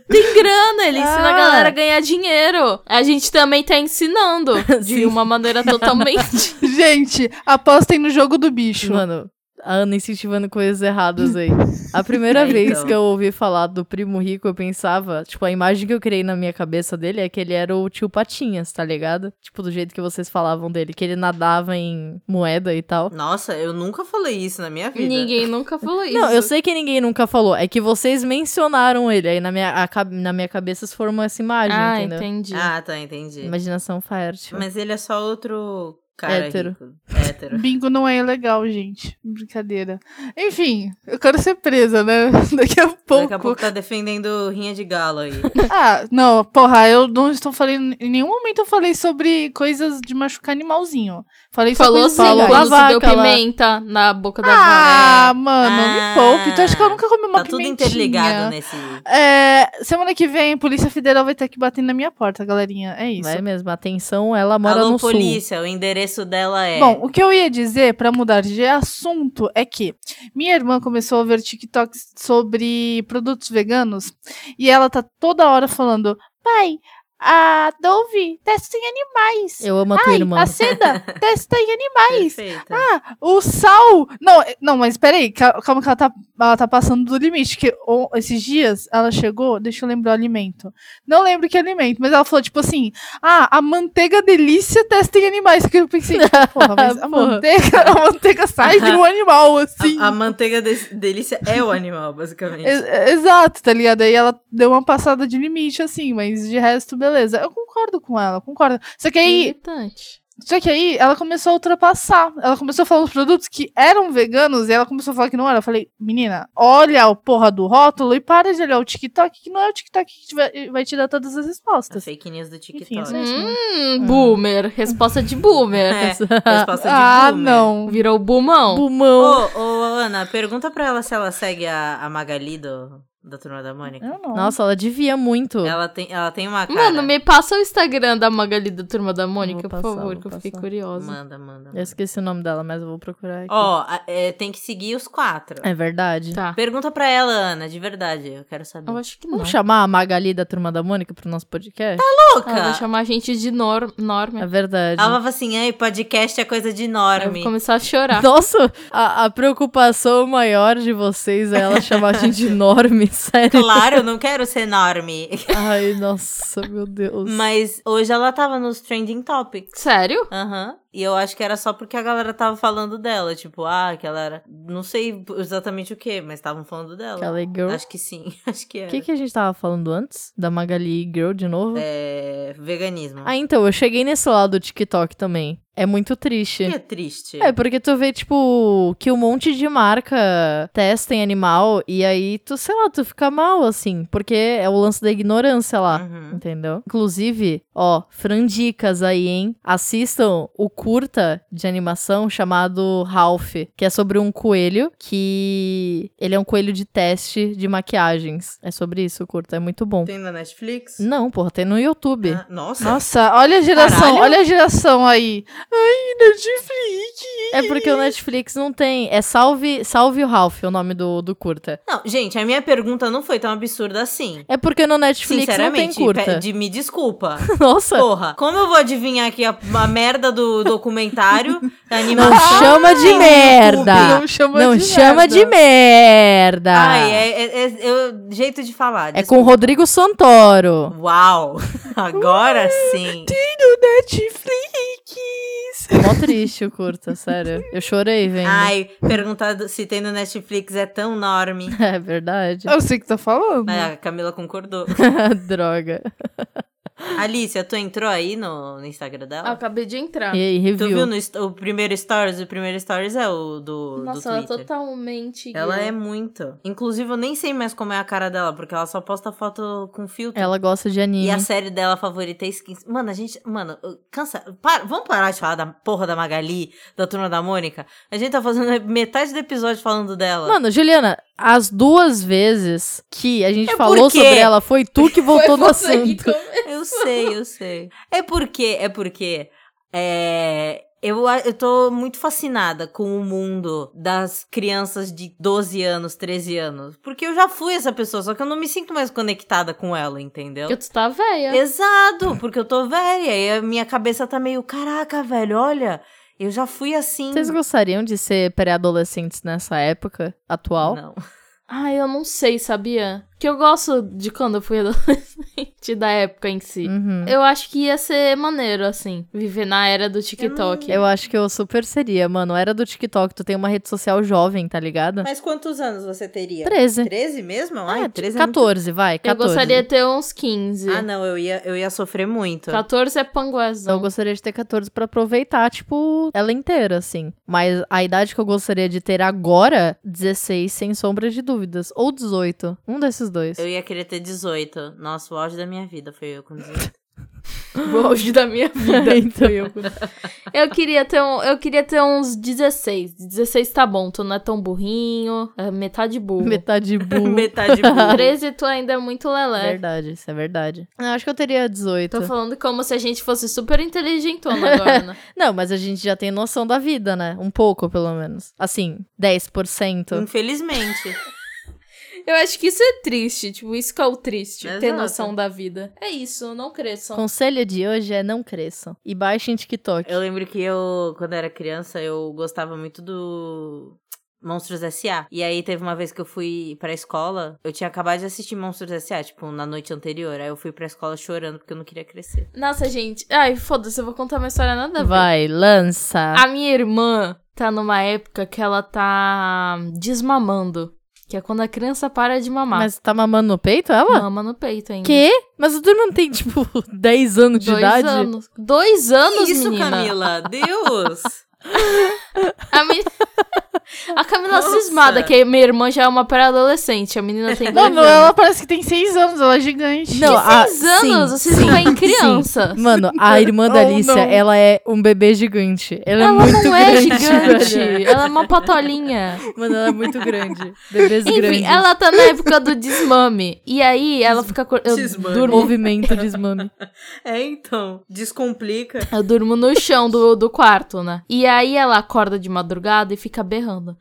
Tem grana, ele ensina Ah. a galera a ganhar dinheiro. A gente também tá ensinando Sim. de uma maneira totalmente. Gente, apostem no jogo do bicho. Mano, a Ana incentivando coisas erradas aí. A primeira Então. vez que eu ouvi falar do primo rico, eu pensava, tipo, a imagem que eu criei na minha cabeça dele é que ele era o tio Patinhas, tá ligado? Tipo, do jeito que vocês falavam dele, que ele nadava em moeda e tal. Nossa, eu nunca falei isso na minha vida. Ninguém nunca falou isso. Não, eu sei que ninguém nunca falou. É que vocês mencionaram ele. Aí na minha, a ca- na minha cabeça se formou essa imagem, Ah, entendeu? entendi. Ah, tá, entendi. Mas, Imaginação fértil. tipo, ele é só outro cara Hétero. rico. Hétero. Bingo não é legal, gente. Brincadeira. Enfim, eu quero ser presa, né? Daqui a pouco. Daqui a pouco tá defendendo rinha de galo aí. Ah, não, porra, eu não estou falando. Em nenhum momento eu falei sobre coisas de machucar animalzinho. Falei sobre Falou sim, Falou. quando A você deu vaca lá. pimenta na boca da vaca. Ah, mano, Ah, me poupe. Tu acha que eu nunca comi uma tá tudo pimentinha? interligado nesse. É, semana que vem, Polícia Federal vai ter que bater na minha porta, galerinha. É isso. Vai mesmo, atenção, ela mora Alô, no sul. polícia, o endereço dela é. Bom, o que eu ia dizer pra mudar de assunto é que minha irmã começou a ver TikToks sobre produtos veganos e ela tá toda hora falando: pai, a Dove testa em animais. Eu amo a tua Ai, irmã. a seda testa em animais. Perfeita. O sal! Não, é- não, mas peraí, cal- calma que ela tá, ela tá passando do limite. Que o- esses dias ela chegou, deixa eu lembrar o alimento. Não lembro que alimento, mas ela falou, tipo assim, ah, a manteiga delícia testa em animais. Que eu pensei, tipo, porra, mas a Porra. manteiga, a manteiga sai de um animal, assim. A, a manteiga de- delícia é o animal, basicamente. Ex- Exato, tá ligado? Aí ela deu uma passada de limite, assim, mas de resto, beleza. Eu concordo com ela, concordo. Só que aí, É Irritante. só que aí ela começou a ultrapassar. Ela começou a falar uns produtos que eram veganos e ela começou a falar que não era. Eu falei, menina, olha o porra do rótulo e para de olhar o TikTok, que não é o TikTok que te vai- vai te dar todas as A respostas. fake news do TikTok. Enfim, isso é isso. né? mesmo. Ah. Hum, boomer. Resposta de boomer. É, resposta de Ah, boomer. não. Virou bumão. Ô, Bumão. ô, Ana, pergunta pra ela se ela segue a, a Magali do, da Turma da Mônica. Eu não. Nossa, ela devia muito. Ela tem, ela tem uma cara. Mano, me passa o Instagram da Magali da Turma da Mônica, Vou por passar, favor, vou que eu fiquei passar. curiosa. Manda, manda. Eu esqueci o nome dela, mas eu vou procurar aqui. Ó, a- é, tem que seguir os quatro. É verdade. Tá. Pergunta pra ela, Ana, de verdade. Eu quero saber. Eu acho que não. Vamos chamar a Magali da Turma da Mônica pro nosso podcast? Ela vai Louca! chamar a gente de nor norme. É verdade. Tá. Ela falava assim, ai, podcast é coisa de Eu vou enorme. começar a chorar. Nossa, a, a preocupação maior de vocês é ela chamar a gente de enorme, sério. Claro, eu não quero ser enorme. Ai, nossa, meu Deus. Mas hoje ela tava nos trending topics. Sério? Aham. E eu acho que era só porque a galera tava falando dela. Tipo, ah, que ela era. Não sei exatamente o que, mas estavam falando dela. Aquela girl. Acho que sim, acho que O era. que, que a gente tava falando antes? Da Magali Girl de novo? É. Veganismo. Ah, então, eu cheguei nesse lado do TikTok também. É muito que triste. é triste. É, porque tu vê, tipo, que um monte de marca testa em animal e aí tu, sei lá, tu fica mal, assim. Porque é o lance da ignorância lá. Uhum. Entendeu? Inclusive, ó, frandicas aí, hein? Assistam o curta de animação chamado Ralph, que é sobre um coelho que ele é um coelho de teste de maquiagens. É sobre isso o curta, é muito bom. Tem na Netflix? Não, porra, tem no YouTube. Ah, nossa. Nossa, olha a geração, Caralho. olha a geração aí. Ai, Netflix. É porque o Netflix não tem. É Salve, Salve o Ralph, é o nome do, do curta. Não, gente, a minha pergunta não foi tão absurda assim. É porque no Netflix não tem Sinceramente, pe- curta. Tá. de- me desculpa. Nossa, Porra, como eu vou adivinhar aqui a, a merda do documentário, da não animação? chama de merda! Não chama Tá. Não de chama merda. de merda! Ai, é, é- é- eu- jeito de falar. É com o desculpa. Rodrigo Santoro. Uau, agora sim. Netflix. Mó triste o curta, sério. Eu chorei, vendo. Ai, perguntar do- se tem no Netflix é tão enorme. É verdade. Ah, Eu sei o que tá falando. Ah, A Camila concordou. Droga. Alicia, tu entrou aí no, no Instagram dela? Ah, acabei de entrar. E aí, Tu viu review. no, est- o primeiro Stories? O primeiro Stories é o do, do Nossa, ela é Twitter. totalmente. Ela é muito. Inclusive, eu nem sei mais como é a cara dela, porque ela só posta foto com filtro. Ela gosta de anime. E a série dela favorita é Skins. Mano, a gente. Mano, cansa. Para, vamos parar de falar da porra da Magali, da turma da Mônica? A gente tá fazendo metade do episódio falando dela. Mano, Juliana, as duas vezes que a gente É falou porque- sobre ela, foi tu que voltou do Você que assunto. come- Eu sei, eu sei. É porque, é porque. É. Eu, a- eu tô muito fascinada com o mundo das crianças de 12 anos, 13 anos. Porque eu já fui essa pessoa, só que eu não me sinto mais conectada com ela, entendeu? Porque tu tá velha. Exato, porque eu tô velha e a minha cabeça tá meio, caraca, velho, olha, eu já fui assim. Vocês gostariam de ser pré-adolescentes nessa época atual? Não. Ai, eu não sei, sabia? Que eu gosto de quando eu fui adolescente, da época em si. Uhum. Eu acho que ia ser maneiro, assim, viver na era do TikTok. Eu acho que eu super seria, mano. Era do TikTok, tu tem uma rede social jovem, tá ligado? Mas quantos anos você teria? 13. 13 mesmo? Ai, Ah, 13 é muito- 14, vai, Eu 14. gostaria de ter uns 15. Ah, não, eu ia, eu ia sofrer muito. 14 é Então, Eu panguazão. gostaria de ter 14 pra aproveitar, tipo, ela inteira, assim. Mas a idade que eu gostaria de ter agora, 16, sem sombra de dúvidas. Ou 18. Um desses dois. Eu ia querer ter 18. Nossa, o auge da minha vida foi eu com 18. O auge da minha vida. Então. Fui eu. Eu queria ter um, eu queria ter uns 16. 16 tá bom, tu não é tão burrinho, é metade burro. Metade burro. Metade burro. 13 tu ainda é muito lelé. verdade, isso é verdade. Eu acho que eu teria 18. Tô falando como se a gente fosse super inteligentona agora, né? Não, mas a gente já tem noção da vida, né? Um pouco, pelo menos. Assim, 10%. Infelizmente. Eu acho que isso é triste, tipo, isso que é o triste, ter Exato. noção da vida. É isso, não cresçam. Conselho de hoje é não cresçam. E baixem TikTok. Eu lembro que eu, quando era criança, eu gostava muito do Monstros S.A. E aí teve uma vez que eu fui pra escola, eu tinha acabado de assistir Monstros S.A., tipo, na noite anterior. Aí eu fui pra escola chorando porque eu não queria crescer. Nossa, gente, ai, foda-se, eu vou contar uma história nada a ver. Vai, lança. A minha irmã tá numa época que ela tá desmamando, que é quando a criança para de mamar. Mas tá mamando no peito ela? Mama no peito ainda. Quê? Mas o turma não tem, tipo, 10 anos de Dois idade? anos. Dois anos, isso, menina. Camila? Deus! A, men- a Camila Nossa. cismada, que a minha irmã já é uma pré-adolescente. A menina tem dois Mano, anos. ela parece que tem seis anos, ela é gigante. Não, a- Seis anos, sim, vocês sim, não veem sim. criança. Mano, a irmã da Ou Alicia, não. ela é um bebê gigante. Ela, é Ela muito não é grande. gigante. Ela é uma patolinha. velho. Mano, ela é muito grande. Bebês Enfim, grandes. ela tá na época do desmame. E aí ela fica. acor- Eu Desmame. durmo, Movimento de desmame. É, então. Descomplica. eu durmo no chão do, do quarto, né? E aí ela acorda de madrugada e fica berrando.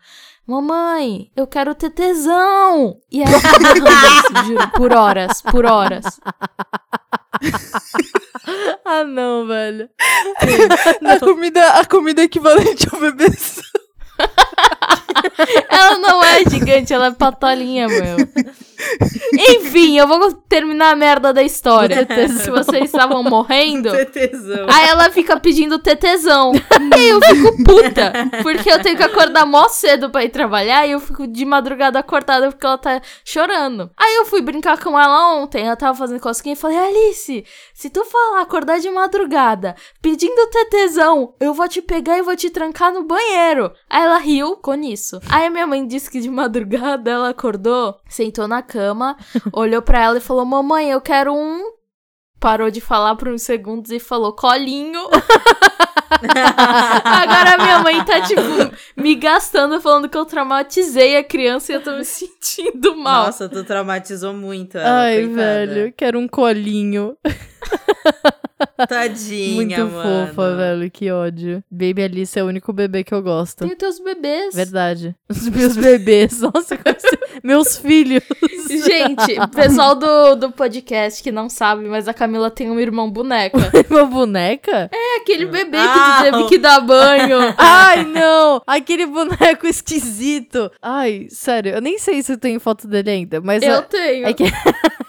Mamãe, eu quero ter tesão! E ela fica berrando isso, juro, por horas, por horas. Ah, não, velho. A comida, a comida é equivalente ao bebê. Ela não é gigante, ela é patolinha, meu. Enfim, eu vou terminar a merda da história. Se vocês estavam morrendo. Certezão. Aí ela fica pedindo tetezão. e aí eu fico puta. Porque eu tenho que acordar mó cedo pra ir trabalhar. E eu fico de madrugada acordada porque ela tá chorando. Aí eu fui brincar com ela ontem. Ela tava fazendo cosquinha e falei: Alice, se tu falar acordar de madrugada pedindo tetezão, eu vou te pegar e vou te trancar no banheiro. Aí ela riu com isso. Aí a minha mãe disse que de madrugada ela acordou, sentou na cama, olhou pra ela e falou: Mamãe, eu quero um parou de falar por uns segundos e falou colinho. Agora minha mãe tá, tipo, me gastando falando que eu traumatizei a criança e eu tô me sentindo mal. Nossa, tu traumatizou muito ela, Ai, coitada. velho, quero um colinho. É Tadinha, Muito mano. fofa, velho, que ódio. Baby Alice é o único bebê que eu gosto. Tem os teus bebês. Verdade. Os meus bebês, nossa, como assim? meus filhos. Gente, pessoal do, do podcast que não sabe, mas a Camila tem um irmão boneca. Uma boneca? É aquele bebê que Ah, tu teve o- que dar banho. Ai, não! Aquele boneco esquisito. Ai, sério, eu nem sei se eu tenho foto dele ainda, mas Eu a- tenho. É que-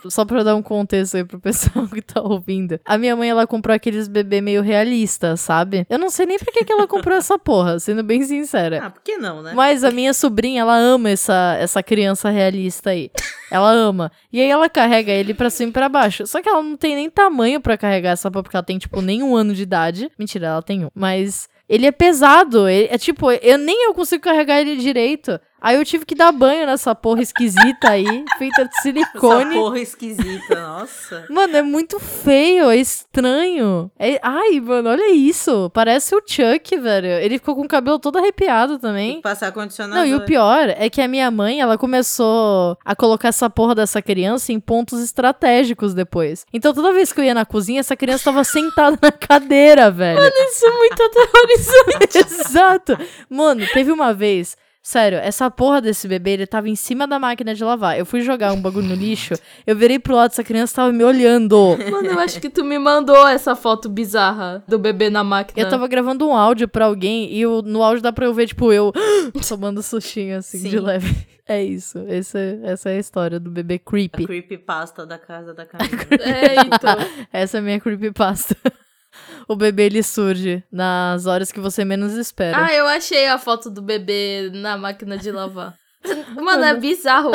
só pra dar um contexto aí pro pessoal que tá ouvindo. A minha mãe, ela comprou aqueles bebê meio realista, sabe? Eu não sei nem pra que, que ela comprou essa porra, sendo bem sincera. Ah, por que não, né? Mas a minha sobrinha, ela ama essa, essa criança realista aí. Ela ama. E aí ela carrega ele pra cima e pra baixo. Só que ela não tem nem tamanho pra carregar essa porra, porque ela tem, tipo, nem um ano de idade. Mentira, ela tem um. Mas ele é pesado. ele- é tipo, eu nem eu consigo carregar ele direito. Aí eu tive que dar banho nessa porra esquisita aí, feita de Essa silicone. porra esquisita, nossa. Mano, é muito feio, é estranho. É- Ai, mano, olha isso. Parece o Chuck, velho. Ele ficou com o cabelo todo arrepiado Tem que também. passar Não, condicionador. e o pior é que a minha mãe, ela começou a colocar essa porra dessa criança em pontos estratégicos depois. Então toda vez que eu ia na cozinha, essa criança tava sentada na cadeira, velho. Isso é muito aterrorizante. Exato. Mano, teve uma vez. Sério, essa porra desse bebê, ele tava em cima da máquina de lavar. Eu fui jogar um bagulho no lixo, eu virei pro lado, essa criança tava me olhando. Mano, eu acho que tu me mandou essa foto bizarra do bebê na máquina. Eu tava gravando um áudio pra alguém e eu- no áudio dá pra eu ver, tipo, eu tomando sustinho assim de Sim. leve. É isso. Essa, essa é a história do bebê A creepy. creepypasta da casa da Camila. É, então. Essa é a minha creepypasta. o bebê ele surge nas horas que você menos espera. Ah, eu achei a foto do bebê na máquina de lavar. Mano, é bizarro.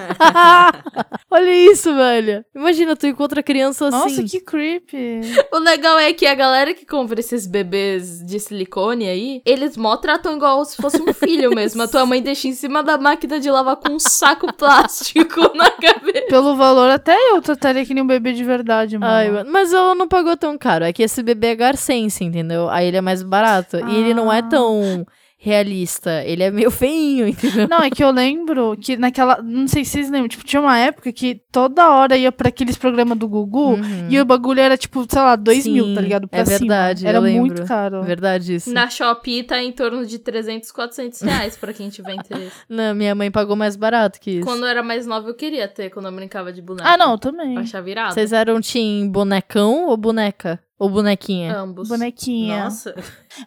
Olha isso, velho. Imagina, tu encontra a criança assim. Nossa, que creepy. O legal é que a galera que compra esses bebês de silicone aí, eles mó tratam igual se fosse um filho mesmo. A tua mãe deixa em cima da máquina de lavar com um saco plástico na cabeça. Pelo valor, até eu trataria que nem um bebê de verdade, mano. Ai, mano, mas ela não pagou tão caro. É que esse bebê é garcense, entendeu? Aí ele é mais barato. E ele não é Ah. tão realista. Ele é meio feinho, entendeu? Não, é que eu lembro que naquela. Não sei se vocês lembram, tipo, tinha uma época que toda hora ia pra aqueles programas do Gugu Uhum. e o bagulho era, tipo, sei lá, 2 Sim, mil, tá ligado? Pra é cima. verdade, eu Era lembro. muito caro. Verdade isso. Na Shopee tá em torno de 300, 400 reais pra quem tiver interesse. Não, minha mãe pagou mais barato que isso. Quando eu era mais nova eu queria ter, quando eu brincava de boneca. Ah, não, também. Eu achava virado. Vocês eram team bonecão ou boneca? Ou bonequinha? Ambos. Bonequinha. Nossa.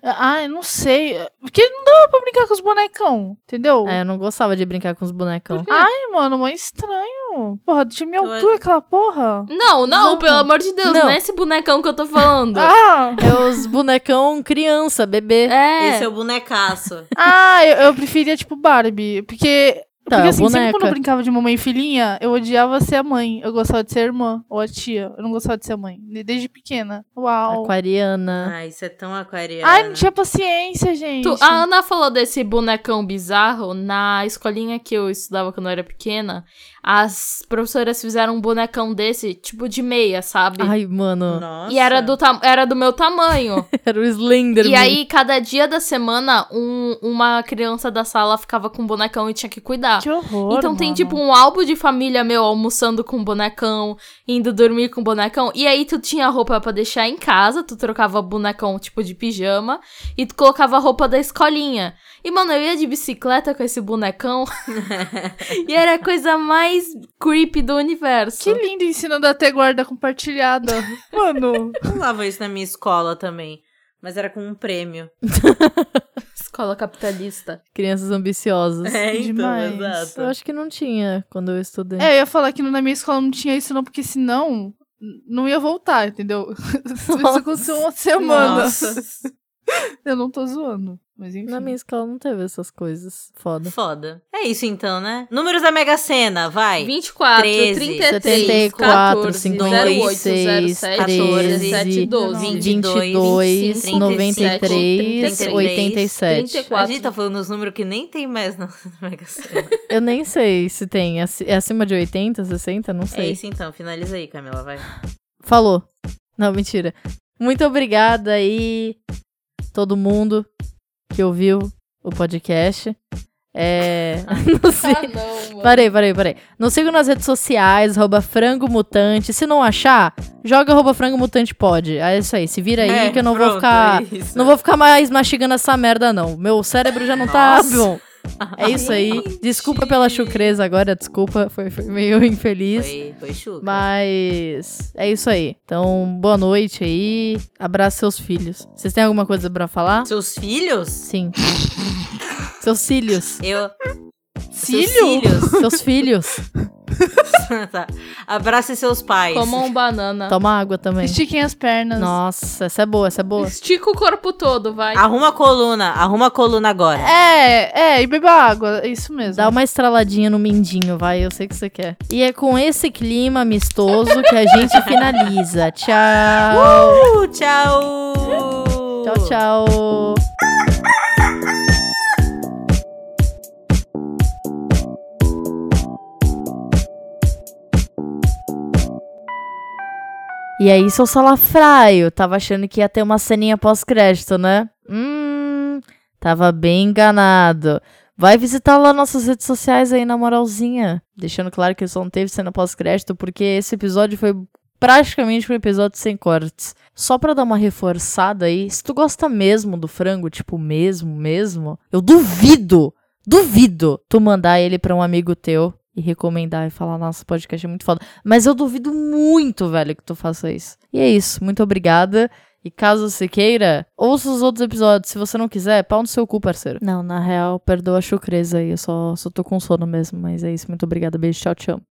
Ah, eu não sei. Porque não dava pra brincar com os bonecão, entendeu? É, eu não gostava de brincar com os bonecão. Ai, mano, mãe estranho. Porra, tinha minha Tu é- altura aquela porra. Não, não, Não. pelo amor de Deus, Não. não é esse bonecão que eu tô falando. Ah, É os bonecão criança, bebê. É. Esse é o bonecaço. ah eu, eu preferia, tipo, Barbie. Porque. Tá, porque assim, sempre boneca. quando eu brincava de mamãe e filhinha, eu odiava ser a mãe. Eu gostava de ser a irmã ou a tia. Eu não gostava de ser a mãe. de- Desde pequena. Uau. Aquariana. Ai, isso é tão aquariano. Ai, não tinha paciência, gente. Tu- ah, a Ana falou desse bonecão bizarro na escolinha que eu estudava quando eu era pequena. As professoras fizeram um bonecão desse, tipo de meia, sabe? Ai, mano. Nossa. E era do, tam- era do meu tamanho. Era o Slenderman. e aí, cada dia da semana, um- uma criança da sala ficava com um bonecão e tinha que cuidar. Que horror. então tem mano. tipo um álbum de família meu almoçando com um bonecão, indo dormir com um bonecão. E aí tu tinha roupa pra deixar em casa, tu trocava bonecão tipo de pijama e tu colocava a roupa da escolinha. E mano, eu ia de bicicleta com esse bonecão. e era a coisa mais creepy do universo. Que lindo ensinando a ter guarda compartilhada. Mano. Eu lavo isso na minha escola também. Mas era com um prêmio. Escola capitalista. Crianças ambiciosas. É, então, Demais. exato. Eu acho que não tinha quando eu estudei. É, eu ia falar que na minha escola não tinha isso, não, porque senão n- não ia voltar, entendeu? Isso aconteceu uma semana. Nossa. Eu não tô zoando. Mas enfim. Na minha escola não teve essas coisas. Foda. Foda. É isso então, né? Números da Mega Sena, vai. 24, 13, 33, 74, 14, 56, 08, 07, 17, 12, 22, 25, 93, 37, 87. 34. A gente tá falando uns números que nem tem mais na na Mega Sena. Eu nem sei se tem. Ac- É acima de 80, 60? Não é sei. isso então, finaliza aí, Camila, vai. Falou. Não, mentira. Muito obrigada aí, todo mundo que ouviu o podcast. É. Não sei. Tá Ah, não, mano. Parei, parei, parei. Nos sigam nas redes sociais, arroba frango mutante. Se não achar, joga arroba frango mutante pode. É isso aí, se vira aí É, que eu não pronto, vou ficar. é isso. Não vou ficar mais mastigando essa merda, não. Meu cérebro já não tá Nossa. bom. É isso aí. Desculpa pela chucreza agora, desculpa. Foi, foi meio infeliz. Foi, foi chuca. Mas é isso aí. Então, boa noite aí. Abraça seus filhos. Vocês têm alguma coisa pra falar? Seus filhos? Sim. seus cílios. Eu. Cílio? Seus cílios. Seus filhos. Tá. Abrace seus pais. um Comam um banana. Toma água também. Estiquem as pernas. Nossa, essa é boa, essa é boa. Estica o corpo todo, vai. Arruma a coluna, arruma a coluna agora. É, é, e beba água, é isso mesmo. Dá uma estraladinha no mindinho, vai, eu sei que você quer. E é com esse clima amistoso que a gente finaliza. Tchau. Uh, tchau. Tchau, tchau. E aí, seu salafraio, tava achando que ia ter uma ceninha pós-crédito, né? Hum, tava bem enganado. Vai visitar lá nossas redes sociais aí, na moralzinha. Deixando claro que só não teve cena pós-crédito, porque esse episódio foi praticamente um episódio sem cortes. Só pra dar uma reforçada aí, se tu gosta mesmo do frango, tipo, mesmo, mesmo, eu duvido, duvido tu mandar ele pra um amigo teu e recomendar e falar, nossa, o podcast é muito foda. Mas eu duvido muito, velho, que tu faça isso. E é isso, muito obrigada. E caso você queira, ouça os outros episódios. Se você não quiser, pau no seu cu, parceiro. Não, na real, perdoa a chucreza aí. Eu só, só tô com sono mesmo. Mas é isso, muito obrigada. Beijo, tchau, te amo.